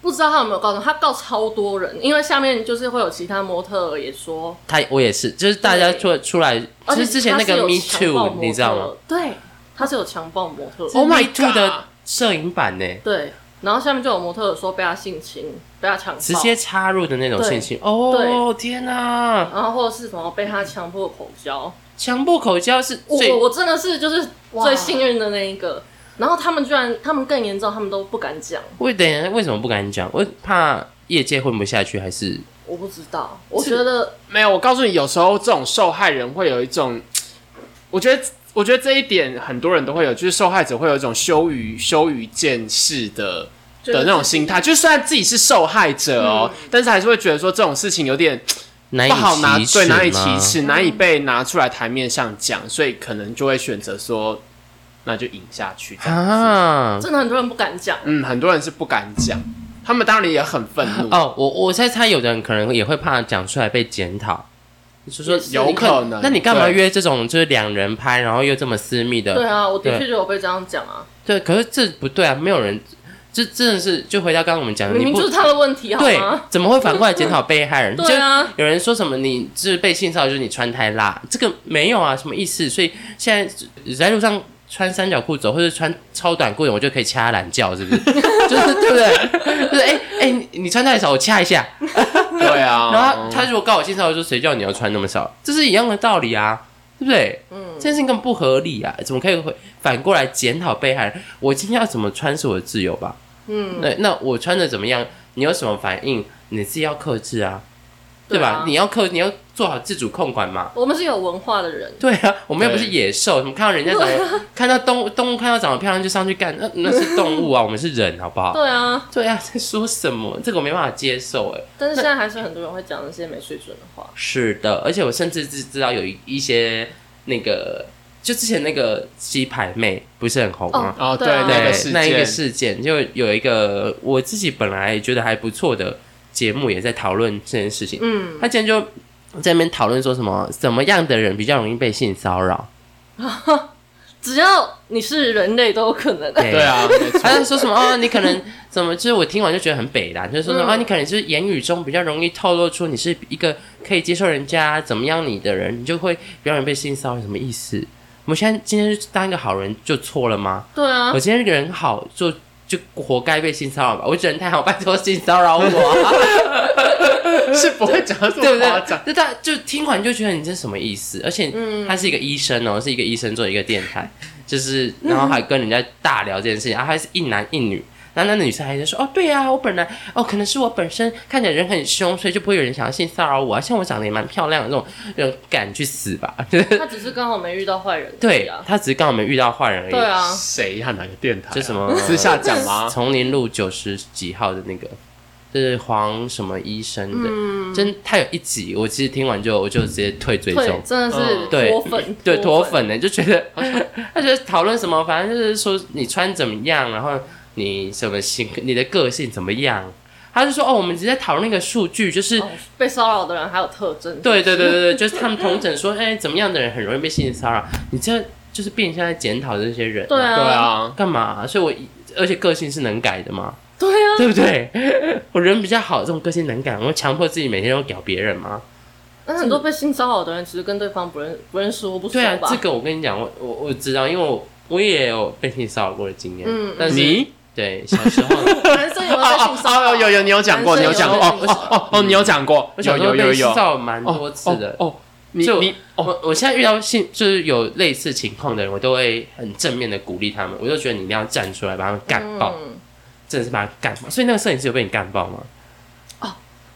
S2: 不知道他有没有告诉他告超多人，因为下面就是会有其他模特儿也说，
S1: 他我也是，就是大家出出来，
S2: 而
S1: 就
S2: 且
S1: 是之前那
S2: 哦他是
S1: 个
S2: 有
S1: Me
S2: 强暴
S1: Too，
S2: 模
S1: 你知道
S2: 特
S1: 吗
S2: 儿？对，他是有强暴模特儿，哦
S1: ？Oh my
S3: My
S1: Two
S3: God
S1: 的摄影版呢，
S2: 对，然后下面就有模特儿说被他性侵，被他强暴，
S1: 直接插入的那种性侵，哦天哪，
S2: 然后或者是什么被他强迫口交，
S1: 强迫口交是
S2: 我
S1: 最
S2: 我我真的是就是
S3: 哇
S2: 最幸运的那一个。然后他们居然，他们更严重，他们都不敢讲。
S1: 为等一下为什么不敢讲？我怕业界混不下去，还是
S2: 我不知道，我觉得
S3: 没有，我告诉你，有时候这种受害人会有一种，我觉得，我觉得这一点很多人都会有，就是受害者会有一种羞于羞于见识的的那种心态，就是虽然自己是受害者哦，
S2: 嗯
S3: 但是还是会觉得说这种事情有点
S1: 难以
S3: 不好拿，
S1: 启齿
S3: 对，难以启
S1: 吗？
S3: 齿，难以被拿出来台面上讲，所以可能就会选择说，那就隐下去这样子。
S1: 啊，
S2: 真的很多人不敢讲。
S3: 嗯，很多人是不敢讲，他们当然也很愤怒，
S1: 哦，我我在猜，有的人可能也会怕讲出来被检讨，就说
S2: 也是
S3: 有可能。
S1: 那你干嘛
S3: 对？
S1: 约这种就是两人拍，然后又这么私密的？
S2: 对啊，我的
S1: 对
S2: 确就有被这样讲啊，
S1: 对可是这不对啊，没有人，这真的是就回到刚刚我们讲的，
S2: 明
S1: 你
S2: 明就
S1: 不
S2: 是他的问题，好
S1: 对
S2: 吗？，
S1: 怎么会反过来检讨被害人？
S2: [laughs] 对啊
S1: 就有人说什么你就是被性骚扰，就是你穿太辣，这个没有啊，什么意思？所以现在在路上穿三角裤走，或者穿超短裤，我就可以掐懒觉，是不 [laughs] 是？就是对不对？就是哎哎、你你穿太少，我掐一下。
S3: 对啊，
S1: 然后他如果告我性骚扰，就谁叫你要穿那么少？这是一样的道理啊，对不对？嗯，这件事情根本不合理啊，怎么可以会反过来检讨被害人？我今天要怎么穿是我的自由吧？
S2: 嗯，
S1: 对，那我穿的怎么样？你有什么反应，你自己要克制啊，
S2: 对
S1: 对吧？
S2: 啊
S1: 你要克，你要做好自主控管嘛。
S2: 我们是有文化的人，
S1: 对啊，我们又不是
S3: 对
S1: 野兽，怎么看到人家长得、看到动物动物看到长得漂亮就上去干？那那是动物啊，我们是人，好不好？
S2: 对啊，
S1: 对啊， [laughs] 在说什么？这个我没办法接受哎。
S2: 但是现在还是很多人会讲那些没水准的话。
S1: 是的，而且我甚至知知道有一一些那个，就之前那个鸡排妹不是很红吗？
S3: 哦，对，
S2: 对啊
S1: 对，
S3: 那个事
S1: 那一个
S3: 件，
S1: 事件，就有一个我自己本来觉得还不错的节目也在讨论这件事情。
S2: 嗯，
S1: 他今天就在那边讨论说什么怎么样的人比较容易被性骚扰？
S2: 只要你是人类都有可能。
S1: 对
S3: 对
S1: [laughs]
S3: 啊，没错
S1: 他就说什么哦，你可能怎么？就是我听完就觉得很北啦，就是说什么、
S2: 嗯
S1: 啊，你可能就是言语中比较容易透露出你是一个可以接受人家怎么样你的人，你就会比较容易被性骚扰，什么意思？我们现在今天当一个好人就错了吗？
S2: 对啊
S1: 我，今天这个人好就。就活该被性骚扰吧！我人太好，拜托性骚扰我、啊，
S3: 是不会讲到这
S1: [laughs] 对不
S3: 么
S1: 对
S3: 夸张。？
S1: 那大家就听完就觉得你这什么意思？而且
S2: 嗯
S1: 他是一个医生哦，是一个医生做一个电台，就是然后还跟人家大聊这件事情，然后还是一男一女。然后那女生还在说：“哦，对呀、啊，我本来哦，可能是我本身看起来人很凶，所以就不会有人想要性骚扰我、啊。像我长得也蛮漂亮的，这种人敢去死吧？ [laughs]
S2: 他只是刚好没遇到坏人。
S1: 对
S2: 啊，，
S1: 他只是刚好没遇到坏人而已。
S2: 对啊，
S3: 谁呀？哪个电台啊？
S1: 这什么
S3: [laughs] 私下讲
S1: [laughs]
S3: 吗？
S1: 丛林路九十几号的那个，就是黄什么医生的，真他有一集，我其实听完就我就直接退追
S2: 对，
S1: 踪，
S2: 真的是
S3: 嗯
S1: 对
S2: 脱粉，
S1: 对脱，粉欸呢，就觉
S2: [laughs]
S1: 得他觉得讨论什么，反正就是说你穿怎么样，然后你什么性，你的个性怎么样，他就说哦，我们直接讨论一个数据，就是。
S2: 哦被骚扰的人还有特征。
S1: 对对对对 [laughs] 对，就是他们同诊说，哎、怎么样的人很容易被性骚扰？你这就是变相在检讨这些人，
S2: 对，
S3: 对
S2: 啊，
S3: 啊，
S1: 干嘛、所以我一而且个性是能改的嘛，
S2: 对啊，
S1: 对不对？ [laughs] 我人比较好，这种个性能感，我强迫自己每天都屌别人吗？
S2: 但很多被性骚扰的人其实跟对方不认不认识或不熟
S1: 对啊，
S2: 吧
S1: 这。个我跟你讲，我我我知道，因为我我也有被性骚扰过的经验。
S2: 嗯
S1: 但是
S3: 你
S1: 对小时候，
S2: 男生有没有被性
S3: 哦
S2: 骚
S3: [laughs] 哦
S2: 扰？
S3: 有有你有讲过，你
S2: 男
S3: 有
S2: 生
S3: 讲过
S2: 有
S3: 哦
S2: 被性
S3: 哦哦哦，你有讲过，
S1: 我小
S3: 有
S1: 时候
S3: 有
S1: 被
S3: 有
S1: 性
S3: 有
S1: 骚扰蛮
S3: 哦
S1: 多次的。
S3: 哦，哦你
S1: 所以我
S3: 你哦
S1: 我我现在遇到性就是有类似情况的人，我都会很正面的鼓励他们，我就觉得你一定要站出来把他们干爆，
S2: 嗯
S1: 真的是把他干爆。所以那个摄影师有被你干爆吗？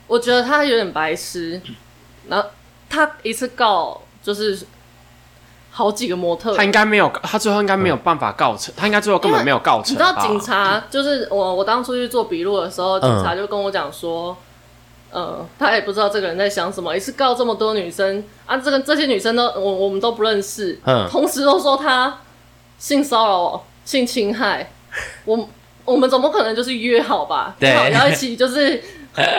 S2: 我觉得他有点白痴，然后他一次告就是好几个模特
S3: 他，应该没有，他最后应该没有办法告成，他应该最后根本没有告
S2: 你
S3: 成
S2: 知
S3: 吧。
S2: 道警察就是我，我当初去做笔录的时候，
S1: 嗯
S2: 警察就跟我讲说，呃，他也不知道这个人在想什么，一次告这么多女生啊，这个这些女生都我我们都不认识，
S1: 嗯
S2: 同时都说他性骚扰、性侵害，我我们总不可能就是约好吧，
S1: 对
S2: 约好然后一起就是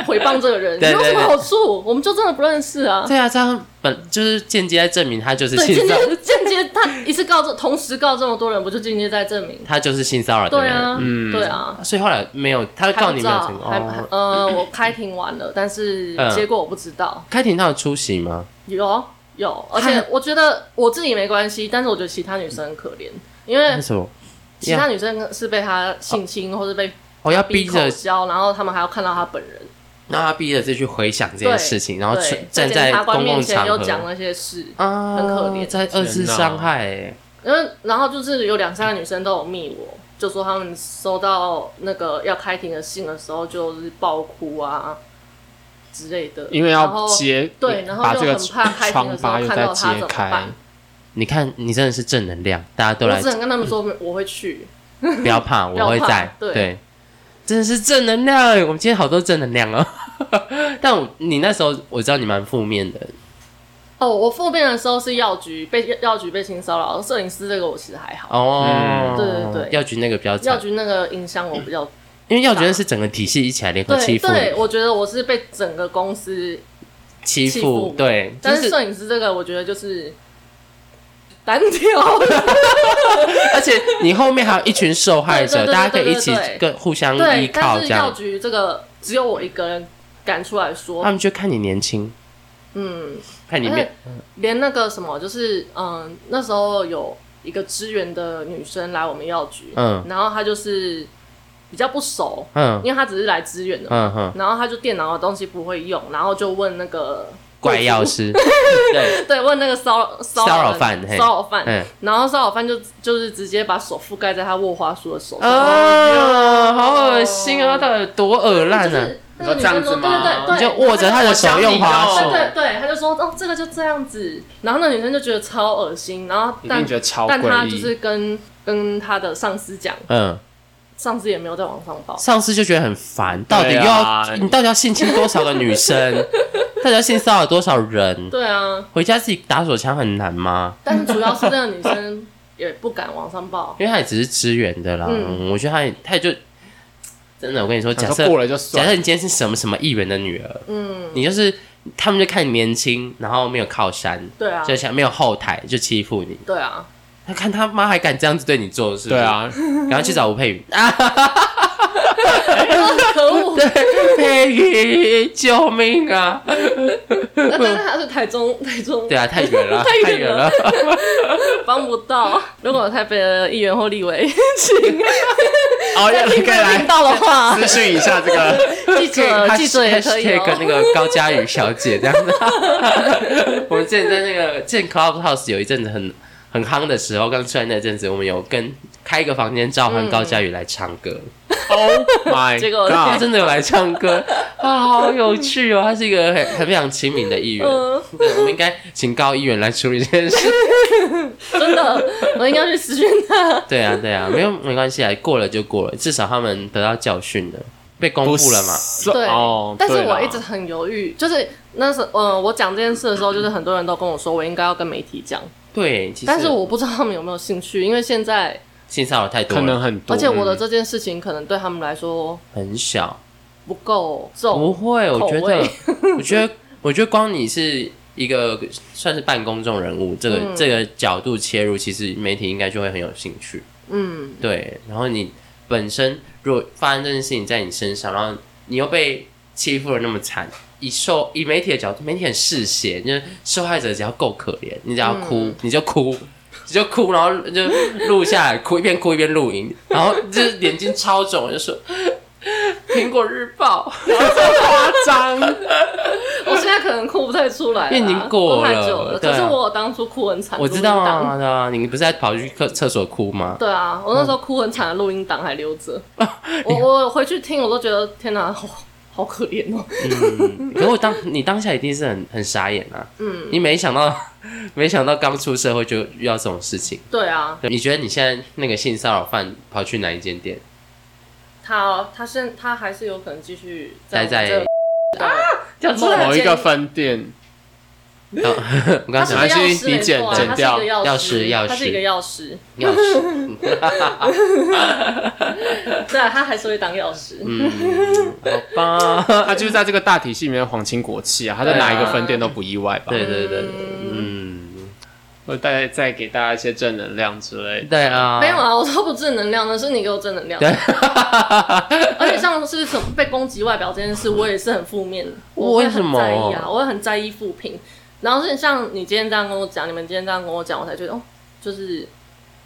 S2: 回谤这个人，
S1: [laughs] 对对
S2: 有什么
S1: 对
S2: 好处？我们就真的不认识啊。
S1: 对啊，这样本就是间接在证明他就是
S2: 对，
S1: 性
S2: 间
S1: 骚扰，
S2: 接 [laughs] 间接他一次告这，同时告这么多人，不就间接在证明？
S1: 他就是性骚扰的
S2: 对
S1: 人。
S2: 啊，
S3: 嗯
S2: 对啊，
S1: 所以后来没有，他告你没有成功。
S2: 还不知道还
S1: 哦、
S2: 呃，我开庭完了，但是
S1: 嗯
S2: 结果我不知道。
S1: 开庭他有出席吗？
S2: 有啊有，而且我觉得我自己没关系，但是我觉得其他女生很可怜，因为
S1: 那什么？
S2: 其他女生是被他性侵或者被
S1: 我要
S2: 逼
S1: 逼
S2: 口
S1: 着，
S2: 交，然后他们还要看到他本人，
S1: 让他逼着自己去回想这件事情，然后出
S2: 对，
S1: 站
S2: 检
S1: 在
S2: 察官
S1: 公
S2: 面
S1: 共
S2: 前
S1: 场
S2: 又
S1: 合
S2: 讲那些事。
S1: 啊，
S2: 很可怜
S1: 在二次伤害、欸。
S2: 因为然后就是有两三个女生都有密我，就说他们收到那个要开庭的信的时候，就是爆哭啊之类的，
S3: 因为
S2: 然
S3: 要
S2: 后
S3: 接，
S2: 对然后
S3: 把
S2: 就
S3: 这个
S2: 很怕开庭
S3: 疮
S2: 的时候
S3: 疤又
S2: 看
S3: 再
S2: 到他
S3: 揭
S2: 怎么
S3: 开
S2: 办。
S1: 你看，你真的是正能量，大家都
S2: 我
S1: 来
S2: 只，能跟他们说我会去，
S1: [laughs] 不要怕，
S2: [laughs] 不要
S1: 我
S2: 怕
S1: 会在。
S2: 对
S1: 对，真的是正能量欸。我们今天好多正能量哦。 [laughs] 但我你那时候我知道你蛮负面的，
S2: 哦，我负面的时候是药局被药局被性骚扰，摄影师这个我其实还好，
S1: 哦，
S2: 嗯
S1: 嗯、
S2: 对对对
S1: 药局那个比较
S2: 药
S1: 惨，
S2: 局那个影响我比较。
S1: 因为药局那是整个体系一起来联合欺
S2: 对
S1: 负
S2: 对，我觉得我是被整个公司，
S1: 欺
S2: 欺负
S1: 负，对，
S2: 但
S1: 就是
S2: 摄影师这个我觉得就是
S1: [laughs]
S2: 单挑，
S1: 而且你后面还有一群受害者，
S2: 对对对
S1: 大家可以一
S2: 对
S1: 起
S2: 对对
S1: 跟互相依
S2: 对，
S1: 靠
S2: 但
S1: 这
S2: 是药
S1: 样。
S2: 局这个只有我一个人敢出来
S1: 他
S2: 说，
S1: 们就看你年轻，
S2: 嗯，
S1: 看你
S2: 而且
S1: 面
S2: 连那个什么就是嗯那时候有一个支援的女生来我们药局，
S1: 嗯
S2: 然后她就是比较不熟，
S1: 嗯
S2: 因为她只是来支援的嘛。
S1: 嗯嗯
S2: 然后他就电脑的东西不会用，然后就问那个
S1: 怪药
S2: [laughs]
S1: 师，对，
S2: 对，问那个骚骚
S1: 骚扰
S2: 人
S1: 犯嘿
S2: 骚扰犯，
S1: 嗯，
S2: 然后骚扰犯就就是直接把手覆盖在他握花束的手上，
S1: 啊，好恶心啊！他到底有多恶
S2: 就
S1: 烂呢？啊
S2: 是
S3: 你
S2: 那
S3: 说
S2: 个
S3: 这
S2: 女生
S3: 样子
S2: 说，对对
S3: 吗
S2: 对，
S1: 你就
S2: 对
S1: 握着他的手用花
S3: 我想
S1: 束
S3: 你，
S2: 对哎对，他就说哦，这个就这样子，然后那女生就觉得超恶心，然后
S3: 一
S2: 但
S3: 定觉得超
S2: 但他
S3: 诡
S2: 就
S3: 异。
S2: 是跟跟他的上司讲，
S1: 嗯，
S2: 上司也没有再往上报，
S1: 上司就觉得很烦，到底
S3: 对
S1: 又
S3: 啊
S1: 要你到底要性侵多少个女生？
S3: [laughs]
S1: 到底要性骚扰多少人？
S2: 对啊，
S1: 回家自己打手枪很难吗？
S2: 但是主要是那个女生也不敢往上报，
S1: 因为他也只是支援的啦。
S2: 嗯
S1: 我觉得他也他也就真的，我跟你说，假
S3: 想
S1: 设
S3: 说过了就
S1: 假
S3: 算
S1: 设
S3: 了，
S1: 你今天是什么什么议员的女儿，
S2: 嗯，
S1: 你就是他们就看你年轻，然后没有靠山，
S2: 对啊
S1: 就，想没有后台就欺负你。
S2: 对啊， [laughs]
S1: 他看他妈还敢这样子对你做，是不
S3: 对
S1: 是？，
S3: 啊，
S1: 赶快去找吴佩
S2: [laughs]
S1: 云。
S2: 可恶，
S1: 佩云，救命啊！
S2: 那但是他是台
S3: [laughs]
S2: 中台
S1: [laughs]
S2: 中
S1: 对啊，太远了，
S2: [laughs] 太
S1: 太
S2: 远
S1: 远
S2: 了
S1: 了。
S2: 帮不到，如果有台北的议员或立
S3: [laughs]
S2: 委
S1: 哦
S3: 熬夜了可以
S2: 听
S3: 来
S2: 到的话，
S3: [laughs] 咨询一下这个，
S2: 记者记者也可以
S1: 跟
S2: 哦，
S1: 那个高佳宇小姐这样子。 [laughs] 我们之前在那个之前 Clubhouse 有一阵子很很夯的时候，刚出来那阵子，我们有跟开一个房间召唤高佳宇来唱歌，
S2: 嗯
S3: Oh my
S2: 结果
S1: [laughs]
S3: god！
S1: 她真的有来唱歌 [laughs] 啊，好有趣哦！她是一个很很非常亲民的议员，
S2: 嗯
S1: 对，我们应该请高议员来处理这件事。
S2: 真的，我应该去私讯他。
S1: 对啊，对啊，没有没关系啊，过了就过了，至少他们得到教训了，被公
S3: 不
S1: 布了嘛。
S3: 算
S2: 对，
S3: 哦，
S2: 但是
S3: 对啦
S2: 我一直很犹豫，就是那时候，嗯、我讲这件事的时候，就是很多人都跟我说，我应该要跟媒体讲，
S1: 对，其实
S2: 但是我不知道他们有没有兴趣，因为现在，
S1: 性骚扰太多
S3: 可能
S1: 了，
S3: 很多，嗯
S2: 而且我的这件事情可能对他们来说
S1: 很小。
S2: 不够
S1: 不
S2: 重，
S1: 会，我
S2: 口
S1: 觉
S2: 味
S1: 得， [laughs] 我觉得，我觉得光你是一个算是半公众人物，这个、
S2: 嗯
S1: 这个角度切入，其实媒体应该就会很有兴趣。
S2: 嗯，
S1: 对，然后你本身如果发生这件事情在你身上，然后你又被欺负的那么惨，以受以媒体的角度，媒体很嗜血，就是受害者只要够可怜，你只要哭、
S2: 嗯
S1: 你就哭。你就哭，然后就录下来，哭一边哭一边录音，然后就是眼睛超肿，就说《苹果日报》，
S2: [laughs]
S3: 夸张，
S2: 我现在可能哭不太出来啦，
S1: 因为已经过
S2: 都太
S1: 了
S2: 久了。
S1: 对
S2: 可
S1: 啊
S2: 是我当初哭很惨，
S1: 我知道
S2: 录音档
S1: 啊，对啊，你不是还跑去厕厕所哭吗？
S2: 对啊，我那时候哭很惨的录音档还
S1: [laughs]
S2: 留着，
S1: 嗯
S2: 我我回去听我都觉得天哪，好好可怜哦。 [laughs]
S1: 嗯，可我当你当下一定是很很傻眼啊，嗯，你没想到， [laughs] 没想到刚出社会就遇到这种事情。
S2: 对啊，
S1: 对你觉得你现在那个性骚扰犯跑去哪一间店？
S2: 他他现他还是有可能继续
S1: 待在
S2: 我们这啊，讲出
S3: 某一个分店，
S1: 然后哦 [laughs] 我刚刚
S2: 嗯他是
S1: 讲到
S2: 个
S3: 没关系
S2: 药师
S3: 你
S2: 没
S3: 剪
S2: 错啊
S3: 剪
S2: 他是
S3: 掉
S2: 一个药
S1: 药师药
S2: 他是一
S1: 师
S2: 个药师，
S1: 钥
S2: [laughs]
S1: 匙，
S2: 对啊，他还是会当药师。
S1: 嗯，好吧，
S3: 呃他就是在这个大体系里面皇亲国戚啊，他在哪一个分店都不意外吧？
S1: 对对对，对嗯，
S3: 我再再给大家一些正能量之类的。
S1: 对啊，
S2: 没有啊，我超不正能量的，是你给我正能量。
S1: 对
S2: [laughs] 而且上次什么被攻击外表这件事，我也是很负面的，
S1: 我
S2: 我会
S1: 为什
S2: 很
S1: 么
S2: 在意啊，我会很在意负评。然后是像你今天这样跟我讲，你们今天这样跟我讲，我才觉得哦，就是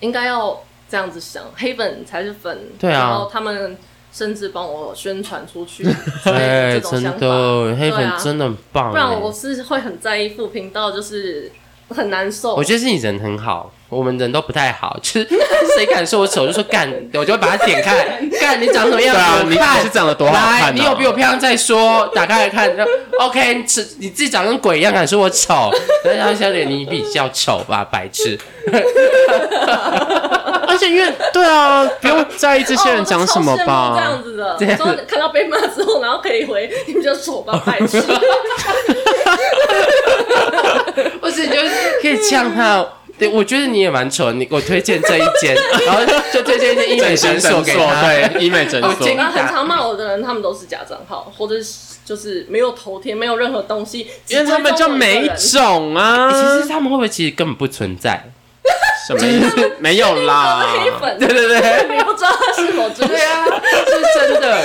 S2: 应该要这样子想，黑粉才是粉，
S1: 对啊
S2: 然后他们甚至帮我宣传出去， [laughs] 之类的
S1: 哎，
S2: 这种
S1: 真
S2: 想法，
S1: 的黑粉
S2: 对啊
S1: 真的很棒
S2: 不然
S1: 哎，
S2: 我是会很在意负评到就是很难受。
S1: 我觉得是你人很好，我们人都不太好，就是 [laughs] 谁敢说我丑，就说干，我就会把它点开，干你长什么样
S3: 对
S1: 子，
S3: 啊，
S1: 我
S3: 你你是
S1: 看。
S3: 长得多好看、啊？
S1: 来，你有比我漂亮再说，打开来看。然后 OK，你吃你自己长跟鬼一样，敢说我丑？然后小姐，你比较丑吧，白痴。
S3: 而且因为对啊，不用在意
S2: 这
S3: 这些人讲什么
S2: 这样
S3: 吧。
S2: 子
S3: [laughs]
S2: 的，
S1: 这样
S2: 说看到被骂之后，然后可以回你们就丑
S3: [laughs]
S2: 吧，白痴。
S1: 不是，你就可以呛他。对，我觉得你也蛮丑，你我推荐这一间，然后就推荐一间医美
S3: 整
S1: 诊
S3: 形
S1: 所
S3: 诊所
S1: 给他。
S3: 对医美诊
S1: 我
S3: 所
S1: 建议，
S2: 然后很常骂我的人，他们都是假账号，或者是就是没有头贴，没有任何东西，
S3: 因为他们就没
S2: 只追踪
S3: 种啊，
S1: 其实他们会不会其实根本不存在？
S3: 什么意思？没有
S2: 我
S3: 啦
S2: 的，人我是黑
S3: [laughs]
S2: 粉，
S1: 对对对。
S2: 你不知道他是否真实
S1: 对。啊，是真的。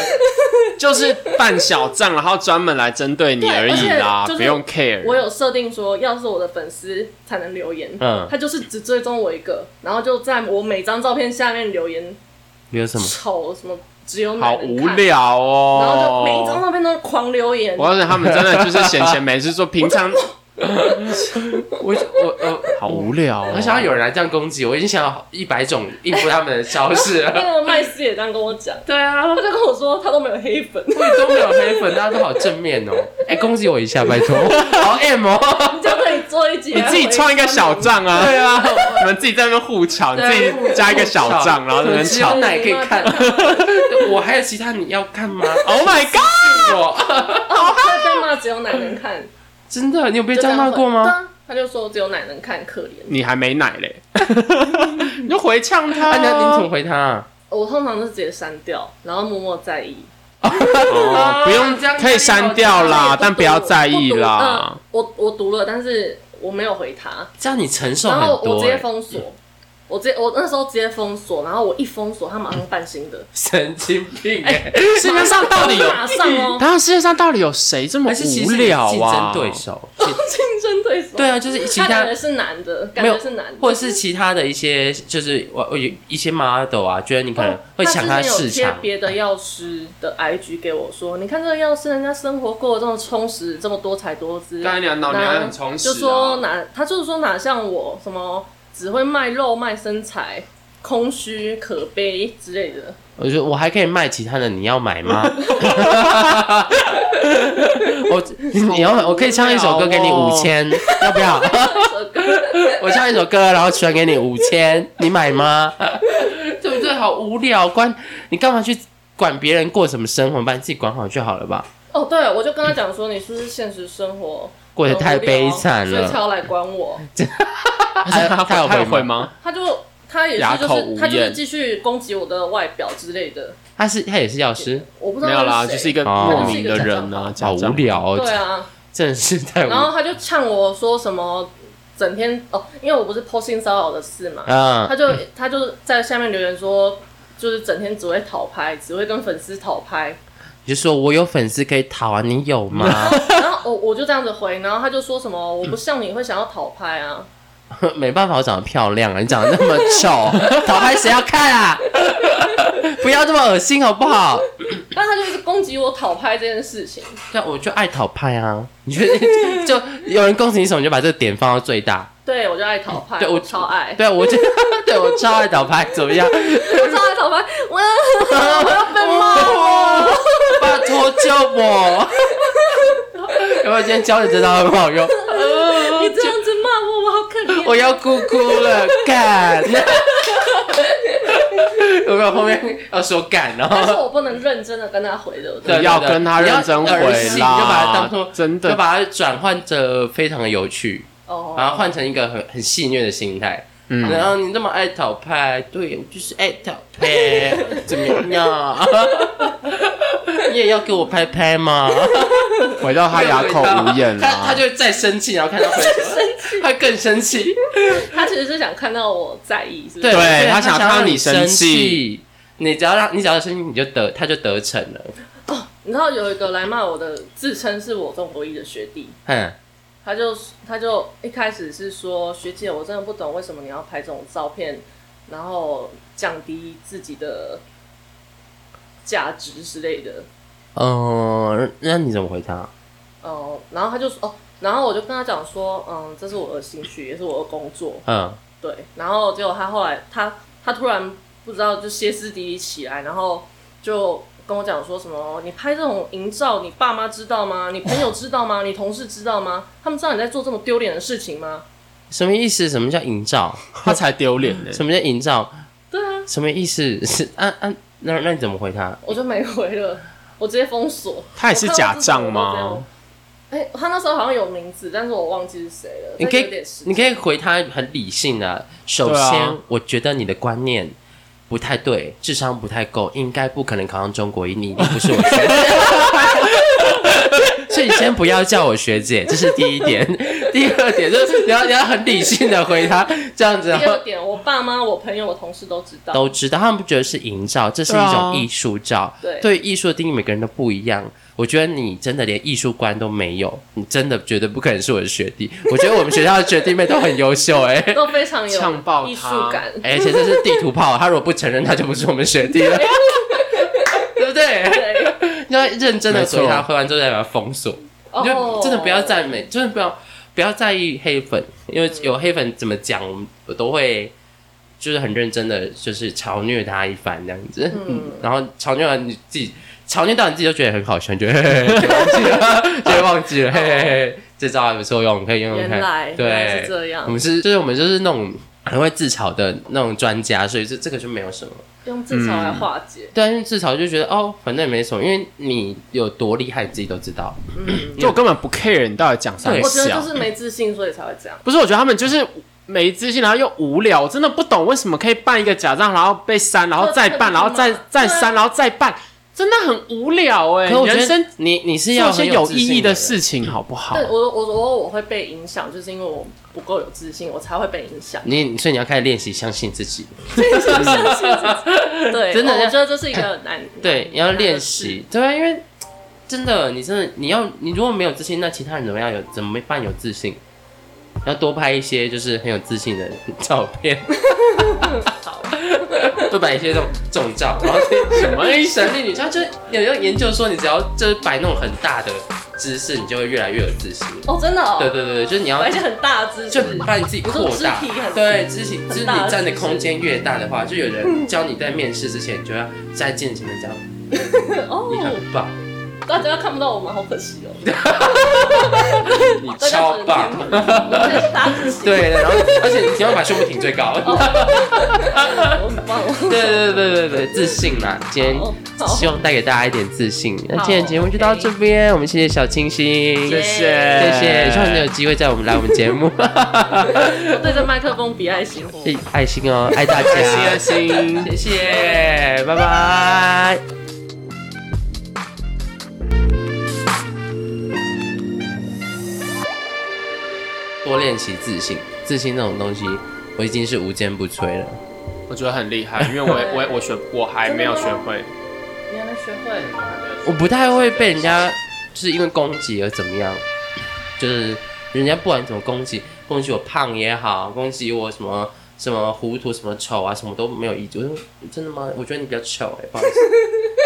S3: 就是办小账，然后专门来针对你而已啦，
S2: 对而且就是
S3: 不用 care。
S2: 我有设定说，要是我的粉丝才能留言，
S1: 嗯
S2: 他就是只追踪我一个，然后就在我每张照片下面留言
S1: 你有什么？
S2: 丑什么只有奶
S3: 好
S2: 能
S3: 无
S2: 看，
S3: 聊
S2: 然后就每一张
S3: 哦。
S2: 照片都狂留言，
S3: 我告诉你，他们真的就是闲闲没事做，平
S2: [laughs]
S3: 常
S1: 我我我
S3: 好无聊、哦。
S1: 我想要有人来这样攻击我，已经想到一百种应付他们的招式
S2: [laughs]
S1: 了。
S2: 那个麦斯也这样跟我讲，
S1: 对啊
S2: 他，就跟我说他都没有黑粉，
S1: 我也都没有黑粉，大家都好正面哦。哎、攻击我一下，拜托，好 M 哦。
S2: 你就可以做一集，啊
S3: 你自己创一个小，账啊！对啊，你们自己在那边互吵，你
S1: 对
S3: 自己加一个小账，然后在那边
S1: 只有
S3: 吵。
S1: 奶可以看， [laughs] 我还有其他你要看吗？
S3: Oh my god！
S1: 我
S2: 好他被骂只有奶能看，
S1: 真的，你 [laughs] 有被
S2: 就
S1: 这样骂过
S2: 这
S1: 吗？
S2: 样回？对啊他就说只有奶能看，可怜。
S3: 你还没奶嘞， [laughs] 你就回呛他
S1: 啊，你要你怎么回他、啊？
S2: 我通常都是直接删掉，然后默默在意。
S3: 哦，不用
S1: 这样，
S3: 可以删掉啦，啊但不要在意啦。
S2: 我读。嗯我我读了，但是我没有回他，
S1: 这样你承受
S2: 然
S1: 很
S2: 后我
S1: 多、
S2: 直接
S1: 欸，
S2: 封锁。我直接我那时候直接封锁，然后我一封锁，他马上办新的，
S1: 神经病哎、欸！
S3: 世界上到底有，
S2: 马上哦，
S3: 当然世界上到底有谁这么
S1: 还是其
S3: 无
S1: 实你是
S3: 聊
S1: 竞
S3: 啊
S1: 争？对手，
S2: 竞争对手。
S1: [laughs] 对啊，就是其
S2: 他
S1: 他
S2: 感觉是男的，感
S1: 没有
S2: 觉是男的，
S1: 或者是其他的一些，就是我我有一些 model 啊，觉得你可能会抢他
S2: 他之前有
S1: 市
S2: 贴
S1: 场，
S2: 别的药师的 IG 给我说，你看这个药师，人家生活过得这么充实，这么多才多姿，
S3: 当然啊老娘
S2: 哪
S3: 很充实啊
S2: 就说哪，他就是说哪像我什么只会卖肉卖身材，空虚可悲之类的。
S1: 我就说我还可以卖其他的，你要买 [laughs] 吗？我你你要买，我可以唱一首歌给你
S3: 好无
S1: 五
S3: 聊哦
S1: 千，要不 [laughs] 要？我唱一首歌，然后转给你五千，你买吗？对不对？好无聊，关你干嘛去管别人过什么生活？把你自己管好就好了吧？
S2: 哦，对，我就跟他讲说，你是不是现实生活
S1: 过得太悲惨
S2: 所以才
S1: 了。
S2: 要来管我？
S1: 还
S3: 他
S1: 他有
S3: 他有
S1: 回
S3: 回
S1: 吗？
S3: 吗？
S2: 他就他也
S3: 哑
S2: 是就
S3: 口
S2: 是
S3: 无
S2: 他就是
S3: 言
S2: 继续攻击我的外表之类的，
S1: 他是他也是药师，
S2: 我不知道
S3: 没有啦，
S2: 他
S3: 就是是
S2: 谁
S3: 一个
S1: 哦
S3: 莫名的人啊，
S1: 好
S3: 这
S1: 无
S3: 样。
S1: 聊哦，
S2: 对啊。
S1: 真的是太无
S2: 然后他就呛我说什么，整天哦，因为我不是 po 性骚扰的事嘛，
S1: 啊
S2: 他就他就在下面留言说，就是整天只会讨拍，只会跟粉丝讨拍。
S1: 你就说我有粉丝可以讨啊，你有吗？
S2: 然后我我就这样子回，然后他就说什么，我不像你会想要讨拍啊，
S1: [laughs] 没办法，我长得漂亮啊，你长得那么
S2: [laughs]
S1: 丑，讨拍谁要看啊？ [laughs] 不要这么恶心好不好？
S2: 但他就一直攻击我讨拍这件事情。
S1: 对啊，我就爱讨拍啊。你觉得就有人恭喜你什么，你就把这个点放到最大。
S2: 对，我就爱讨拍，
S1: 对我
S2: 超爱，
S1: 对啊，我就 [laughs] 对我超爱讨拍，怎么样？
S2: 我超爱讨拍，
S1: [laughs]
S2: 我我要被骂了。
S1: 拜托救我！有没有今天教你这招很好用？
S2: 你这样子骂我，我好可怜。
S1: 哦我要哭哭了，干！ [laughs] 有没有后面要说干？然
S2: 但是
S1: 后
S2: 我不能认真的跟他回，对不对？
S1: 对
S3: 不要跟他认真回
S1: 你要儿戏就
S3: 啦
S1: 把它当做
S3: 真的
S1: 就把它转换的非常的有趣，
S2: 哦，
S1: 把它换成一个很很戏谑的心态。
S3: 嗯
S1: 然后你这么爱讨拍，对我就是爱讨
S3: [laughs]
S1: 拍，怎么样？ [laughs] 你也要给我拍拍吗？
S3: 回到他哑口无啊言
S1: [laughs] 他
S3: 啦
S1: 他。就再生气，然后看到回，他更生气。
S2: 他其实是想看到我在意，是不是？
S1: 对
S3: 对
S1: 他
S3: 他想
S1: 看
S3: 看
S1: 到
S3: 到你
S1: 生
S3: 生
S1: 气，你只要让你只要生气，你就得他就得逞了。
S2: 你知道有一个来骂我的，自称是我中国一的学弟，
S1: 哼，
S2: 他就他就一开始是说学姐，我真的不懂为什么你要拍这种照片，然后降低自己的价值之类的。
S1: 嗯，那你怎么回他？
S2: 嗯，然后他就说哦，然后我就跟他讲说，嗯，这是我的兴趣，也是我的工作，
S1: 嗯，
S2: 对。然后结果他后来他他突然不知道就歇斯底里起来，然后就跟我讲说什么，你拍这种营造，你爸妈知道吗？你朋友知道吗？你同事知道吗？他们知道你在做这么丢脸的事情吗？
S1: 什么意思？什么叫营造？
S3: 他才丢脸呢。
S1: 什么叫营造？
S2: 对啊，
S1: 什么意思？是啊啊，那那你怎么回他？
S2: 我就没回了，我直接封锁。
S3: 他也是假账
S2: 我看到这种
S3: 吗？
S2: 哎、他那时候好像有名字，但是我忘记是谁了。
S1: 你可
S2: 这有
S1: 以
S2: 点失
S1: 你可以回他很理性的、首
S3: 对啊
S1: 先，我觉得你的观念。不太对，智商不太够，应该不可能考上中国一，你一定不是我学姐， [laughs] 所以先不要叫我学姐，这是第一点。第二点就是你要你要很理性的回他，这样子，然
S2: 第
S1: 后
S2: 二点，我爸妈、我朋友、我同事都知道。
S1: 都知道，他们不觉得是营造，这是
S3: 对啊
S1: 一种艺术照。
S2: 对
S1: 对艺术的定义每个人都不一样。我觉得你真的连艺术观都没有，你真的绝对不可能是我的学弟。我觉得我们学校的学弟妹都很优秀、欸，哎。
S2: 都非常有
S3: 呛爆他
S2: 艺术感。
S1: 而且这是地图炮，他如果不承认，他就不是我们学弟了。 [laughs] 对， [laughs]
S2: 对，
S1: 要认真的回
S3: 没
S1: 他，
S3: 错
S1: 回完之后再把他封锁。你
S2: 哦
S1: 就真的不要赞美，真的不要不要在意黑粉，因为有黑粉怎么讲，我们我都会就是很认真的，就是嘲虐他一番这样子。嗯，然后嘲虐完你自己，嘲虐到你自己都觉得很好笑，你觉得就忘记了， [laughs] 就会忘
S2: [laughs]
S1: 记了，嘿嘿嘿，这招还不错用，可以用用
S2: 哦原来
S1: 看。
S2: 原来
S1: 对
S2: 是，这
S1: 我
S2: 样，
S1: 们是就是我们就是那种很会自嘲的那种专家，所以这这个就没有什么。
S2: 用自嘲来化解。
S1: 对，因为自嘲就觉得哦，反正也没什么，因为你有多厉害，你自己都知道。
S3: 就我根本不 care 你到底讲啥
S1: 对
S2: 我觉得就
S3: 哎笑。哦
S2: 是没自信，所以才会这样。
S3: 不是，我觉得他们就是没自信，然后又无聊，我真的不懂为什么可以办一个假账，然后被删，然后再办，然后再再删，然后再办，真的很无聊哎、
S1: 啊可我觉
S3: 人
S1: 得
S3: 生
S1: 你你是
S3: 做
S1: 要
S3: 一些
S1: 很
S3: 有
S1: 自
S3: 意
S1: 信啊嗯
S3: 义的
S1: 人，。
S3: 事情好不好
S2: 对？我我我我会被影响，就是因为我不够有自信，我才会被影
S3: [laughs]
S2: 响
S1: 你所以你要开始练习相信自己，
S2: [laughs] 对，哦
S1: 真的
S2: 我
S1: 要
S2: 我觉得这是一个难，
S1: 对，
S2: 难
S1: 你要练。习，对啊，因为真的你真的你要你如果没有自信，那其他人怎么样有怎么办有自信？要多拍一些就是很有自信的照片， [laughs]
S2: 嗯好，
S1: 多摆一些那种重照，然后什么神力女超就是有人研究说，你只要就是摆那种很大的姿势，你就会越来越有自信。
S2: 哦，真的哦，
S1: 对对对对，就是你要
S2: 而且很大的姿势
S1: 就，把你自己扩大
S2: 你说肢体，很
S1: 对，肢体就是
S2: 很
S1: 你
S2: 大
S1: 站的
S2: 是不是
S1: 空间越大的话，就有人教你在面试之前，你就要在镜子前面这样，你
S2: 哦，
S1: 很棒，
S2: 大家看不到我们，好可惜
S3: [laughs]
S2: 哦。
S1: 你
S2: 大家
S1: 超
S2: 只能
S1: 棒，
S2: 听我们，哦大家打自
S1: [laughs]
S2: 信，
S1: 对，然后而且你要把胸部挺最高，
S2: 哦我很棒。
S1: [laughs] 对对对对对，自信嘛，今天
S2: 哦
S1: 希望带给大家一点自信。那
S2: 好
S1: 今天的节目就到这边，我们谢谢小清新，
S3: 谢
S1: 谢
S3: 谢，
S1: 谢，希望你有机会再我们来我们节目， [laughs]
S2: [laughs] 我对着麦克风比爱心。
S1: 哎爱心哦，爱
S2: [laughs]
S1: 大
S3: 开
S1: 家，
S3: 心开心。
S1: 谢谢，拜拜。多练习自信，自信这种东西，我已经是无坚不摧了。
S3: 我觉得很厉害，因为我也我也我学我还没有学
S1: [laughs]
S3: 会，
S2: 你还没学会，
S1: 我不太会被人家就是因为攻击而怎么样，就是人家不管怎么攻击，攻击我胖也好，攻击我什么什么糊涂、什么丑啊，什么都没有意见。我就说真的吗？我觉得你比较丑哎、不好意思，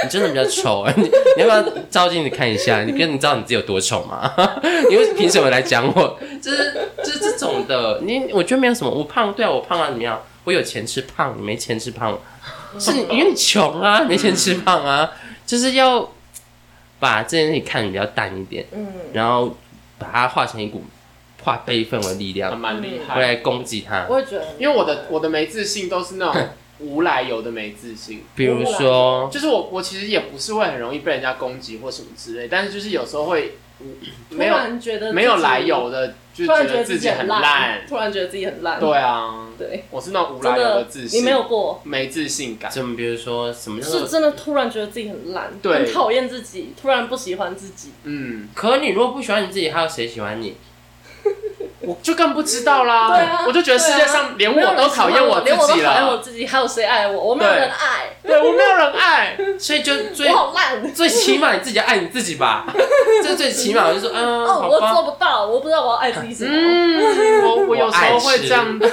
S1: 你真的比较丑哎、 [laughs] 你你要不要照镜子看一下？你跟你知道你自己有多丑吗？ [laughs] 你为凭什么来讲我？就是就是这种的，你我觉得没有什么，我胖对啊，我胖啊怎么样？我有钱吃胖，你没钱吃胖，是你因为你穷啊，你没钱吃胖啊，就是要把这件事情看得比较淡一点，
S2: 嗯，
S1: 然后把它化成一股化悲愤为力
S3: 还
S1: 量，
S3: 蛮厉
S1: 回
S3: 害。
S1: 来攻击他。
S2: 嗯我也觉得，
S3: 因为我的我的没自信都是那种无来由的没自信，
S1: 比如说，
S3: 就是我我其实也不是会很容易被人家攻击或什么之类，但是就是有时候会无没有
S2: 突然觉得自己
S3: 没有来，由的，
S2: 突
S3: 就是觉
S2: 然觉
S3: 得
S2: 得
S3: 自
S2: 自
S3: 己
S2: 己
S3: 很
S2: 很
S3: 烂
S2: 烂，。突然觉得自己很烂，
S3: 对啊，
S2: 对，
S3: 我是那种无
S2: 真
S3: 来由
S2: 的
S3: 的自，信，
S2: 你没有过，
S3: 没自信感。
S1: 怎么比如说什么叫
S2: 是
S1: 做？
S2: 真的突然觉得自己很烂，
S3: 对
S2: 很讨厌自己，突然不喜欢自己，
S3: 嗯，
S1: 可你如果不喜欢你自己，还有谁喜欢你？
S3: 我就更不知道啦。
S2: 对啊
S3: 我就觉得世界上连哎我都讨厌
S2: 我，
S3: 自
S2: 连都
S3: 己
S2: 讨厌我
S3: 了。
S2: 自己，还有谁爱我？我没有人爱，
S3: 对，我没有人爱。
S1: 所以就最
S2: 我好烂，
S1: 最起码你自己要爱你自己
S2: [laughs]
S1: 吧，这最起码我就说，嗯，
S2: 哦，
S1: 好
S2: 我
S1: 吧，
S2: 做不到，我不知道我要爱自己什么。
S3: 嗯，我我有
S1: 我
S3: 时
S1: 爱
S3: 候会
S1: 吃
S3: 这样 [laughs] 子，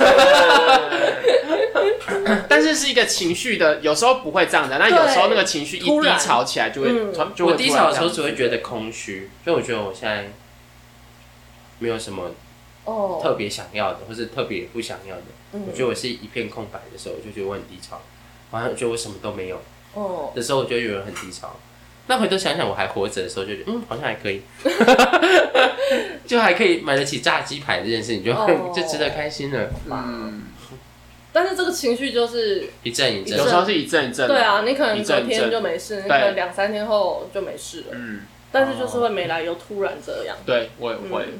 S3: 但是是一个情绪的，有时候不会这样的，那有时候那个情绪一
S2: 突
S3: 低
S2: 然
S3: 潮起来就会
S2: 嗯
S3: 突然，就会
S1: 我
S3: 突然
S1: 低潮的时
S3: 这
S1: 候
S3: 样
S1: 只会觉得空虚，所以我觉得我现在没有什么特
S2: 哦，
S1: 别想要的，或是特别不想要的。
S2: 嗯
S1: 我觉得我是一片空白的时候，我就觉得我很低潮，然后我觉得我什么都没有
S2: 哦，
S1: 的时候，我就觉得很低潮。那回头想想，我还活着的时候，就觉得嗯，好像还可以， [laughs] 就还可以买得起炸鸡排这件事情，就、[laughs]
S2: 哦
S1: 就值得开心了。
S3: 嗯，
S2: 但是这个情绪就是，
S1: 一阵一阵
S3: 有，时候是一阵一阵的。
S2: 对啊，你可能
S3: 一
S2: 隔
S3: 阵一阵
S2: 天就没事，你
S3: 对
S2: 可能两三天后就没事了，
S3: 嗯，
S2: 但是就是会没来由突然这样，
S3: 对，我也会。
S2: 嗯，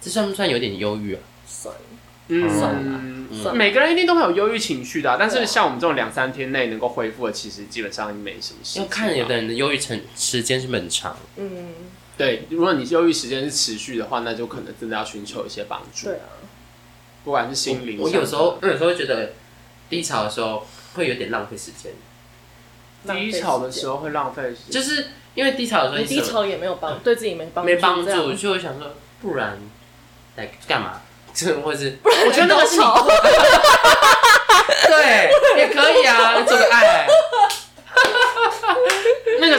S1: 这算不算有点忧郁啊？
S2: 算了算了
S3: 嗯，
S2: 算了，
S3: 每个人一定都会有忧郁情绪的啊、但
S2: 对
S3: 是
S2: 啊
S3: 像我们这种两三天内能够恢复的，其实基本上没什么事情啊。
S1: 要看有的人的忧郁成时间是很长，
S2: 嗯，
S3: 对，如果你忧郁时间是持续的话，那就可能真的要寻求一些帮助
S2: 对，啊，
S3: 不管是心灵上的。
S1: 我有时候我有时候觉得低潮的时候会有点浪费时间，
S3: 低潮的时
S2: 候，
S3: 候会浪费时
S1: 就
S3: 间，
S1: 是因为低潮的时候
S2: 你
S1: 什
S2: 低
S1: 么
S2: 潮也没有帮，对自己没帮助，
S1: 没帮
S2: 这
S1: 助，
S2: 样
S1: 所以我想说，不然来干嘛？ [laughs] 这或是
S3: 我觉得那个是你
S2: 高潮
S1: 对，也可以啊，做个爱。
S3: 那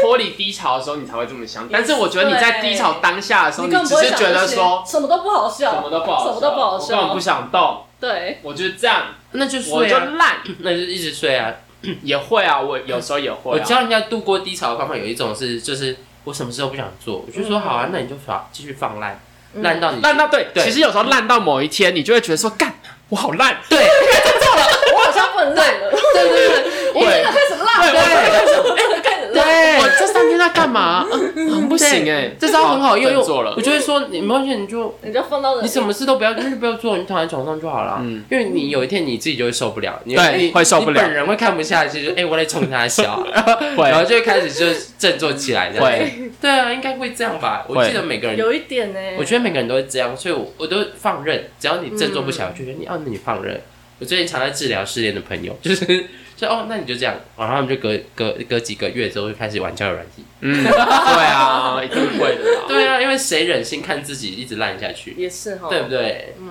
S3: 脱离低潮的时候，你才会这么想。但是我觉得你在低潮当下的时候，
S2: 你
S3: 你
S2: 根本
S3: 只
S2: 不会
S3: 是
S2: 想
S3: 觉
S2: 这
S3: 得
S2: 些
S3: 说
S2: 什么都不好笑，
S3: 什么都不好笑，
S2: 什么都不好
S3: 我根本
S2: 笑
S3: 不，想动，
S2: 对，
S3: 我就是这样，
S1: [laughs] 那就
S3: 我
S1: 睡
S3: 就
S1: 啊，
S3: 烂。
S1: 那就一直睡啊。
S3: 也会啊，我有时候也
S1: 我
S3: 会啊。
S1: 教人家度过低潮的方法有一种是，就是我什么事都不想做，我就说好啊，那你就放继续放烂，烂到你
S3: 嗯烂到对，
S1: 对
S3: 其实有时候烂到某一天，你就会觉得说，干，我好烂。 [laughs]
S1: 对
S2: 我好像不能烂了，
S1: 对对
S2: [laughs]
S1: 对
S3: 我
S1: 对
S2: 开始烂
S3: 对
S2: 了，
S1: 对
S2: [laughs] 开始烂，
S1: 对，
S3: 我这三天在干嘛？嗯很不行哎
S1: 对，这招很好用，因为
S3: 真做了
S1: 我。就会说你没关系，你就
S2: 你就放到人
S1: 你什么事都不要，就是不要做，你躺在床上就好了。啊
S3: 嗯
S1: 因为你有一天你自己就会受不了，你
S3: 对
S1: 你
S3: 会受不
S1: 你
S3: 了
S1: 本人会看不下去，就哎、我来冲他笑，啊然后
S3: [laughs] 会
S1: 就会开始就是振作起来这样子。
S3: 会，
S1: 对啊，应该会这样吧？我
S3: 会
S1: 记得每个人，
S2: 有一点呢，
S1: 我觉得每个人都会这样，所以我我都放任，只要你振
S3: 嗯
S1: 作不起来，我就觉得你哦，那你放任。我最近常在治疗失恋的朋友，就是 [laughs] 就哦，那你就这样，然后他们就隔隔隔几个月之后就开始玩交友软体。 [laughs]
S3: 嗯，对啊，一定会的啦。
S1: 对啊，因为谁忍心看自己一直烂下去，
S2: 也是
S3: 哦
S2: 哈，
S1: 对不对？
S2: 嗯，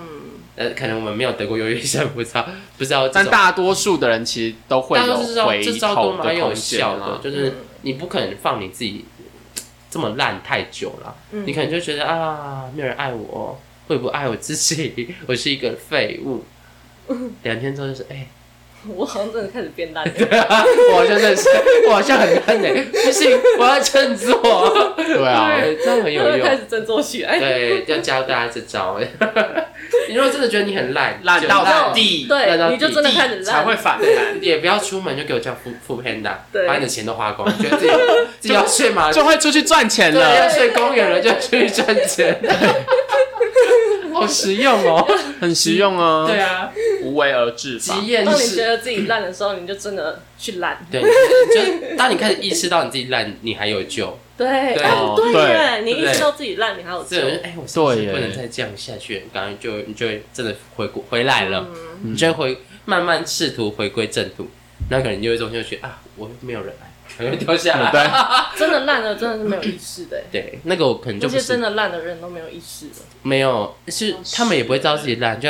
S1: 呃，可能我们没有得过忧郁症，不知道不知道这
S3: 但
S1: 种，
S3: 大多数的人其实都会
S1: 大
S3: 有
S1: 家都知道这
S3: 回
S1: 招都
S3: 头
S1: 蛮
S3: 的
S1: 有
S3: 空间啊嗯
S1: 效的
S3: 啦，。
S1: 就是
S2: 嗯
S1: 你不可能放你自己这么烂太久了，
S2: 嗯
S1: 你可能就觉得啊，没有人爱我，会不爱我自己，我是一个废
S2: [laughs]
S1: 物。两天之后就是哎、 [laughs]
S2: 我好像真的开始变烂了，
S1: 我好像认识，我好像很烂哎、不行，我要振作。
S3: 对啊，
S1: 对，这样很有
S2: 真的 [laughs] 开
S1: 用。
S2: 始振作起来， [laughs]
S1: 对，要教大家这招哎、 [laughs] 你如果真的觉得你很烂，
S3: 懒
S1: 就
S3: 到底，
S1: 烂到
S2: 对，你就
S1: 底
S2: 真的开始
S3: 才
S2: 烂
S3: 会，反弹，
S1: 也不要出门就给我叫富富 panda，
S2: 对
S1: 啊把你的钱都花光，觉得自己自己要睡嘛，
S2: [laughs]
S3: 就会出去赚钱
S1: 对，要
S3: 了，
S1: 睡公园了就去赚钱，好实用哦。 [laughs]
S3: 很实用啊。
S1: 对，啊，
S3: 无为而治法。
S1: 极厌
S2: 当你觉
S1: 世。
S2: 得自己烂的时候，你就真的去烂，
S1: 对，
S2: [laughs]
S1: 就当你开始意识到你自己烂，你还有救。
S2: 对，
S1: 对
S2: 哦
S3: 对
S2: 耶，你
S1: 对不
S2: 意
S1: 对
S2: 识到自己烂，你还有
S1: 这
S2: 救
S1: 种，人，哎，我是不
S3: 对
S1: 是
S3: 耶
S1: 不能再这样下去？刚刚就你就会真的回过回来了，
S2: 嗯
S1: 你就会回慢慢试图回归正途，那可能就会中间就觉得啊，我没有人爱，可能会掉下来。 [laughs]
S3: 对，
S2: 真的烂了，真的是没有意识的，
S1: 对，那个我可能
S2: 那
S1: 就不
S2: 些哦
S1: 是
S2: 真的烂的人都没有意识的，
S1: 没有，是他们也不会知道自己烂，就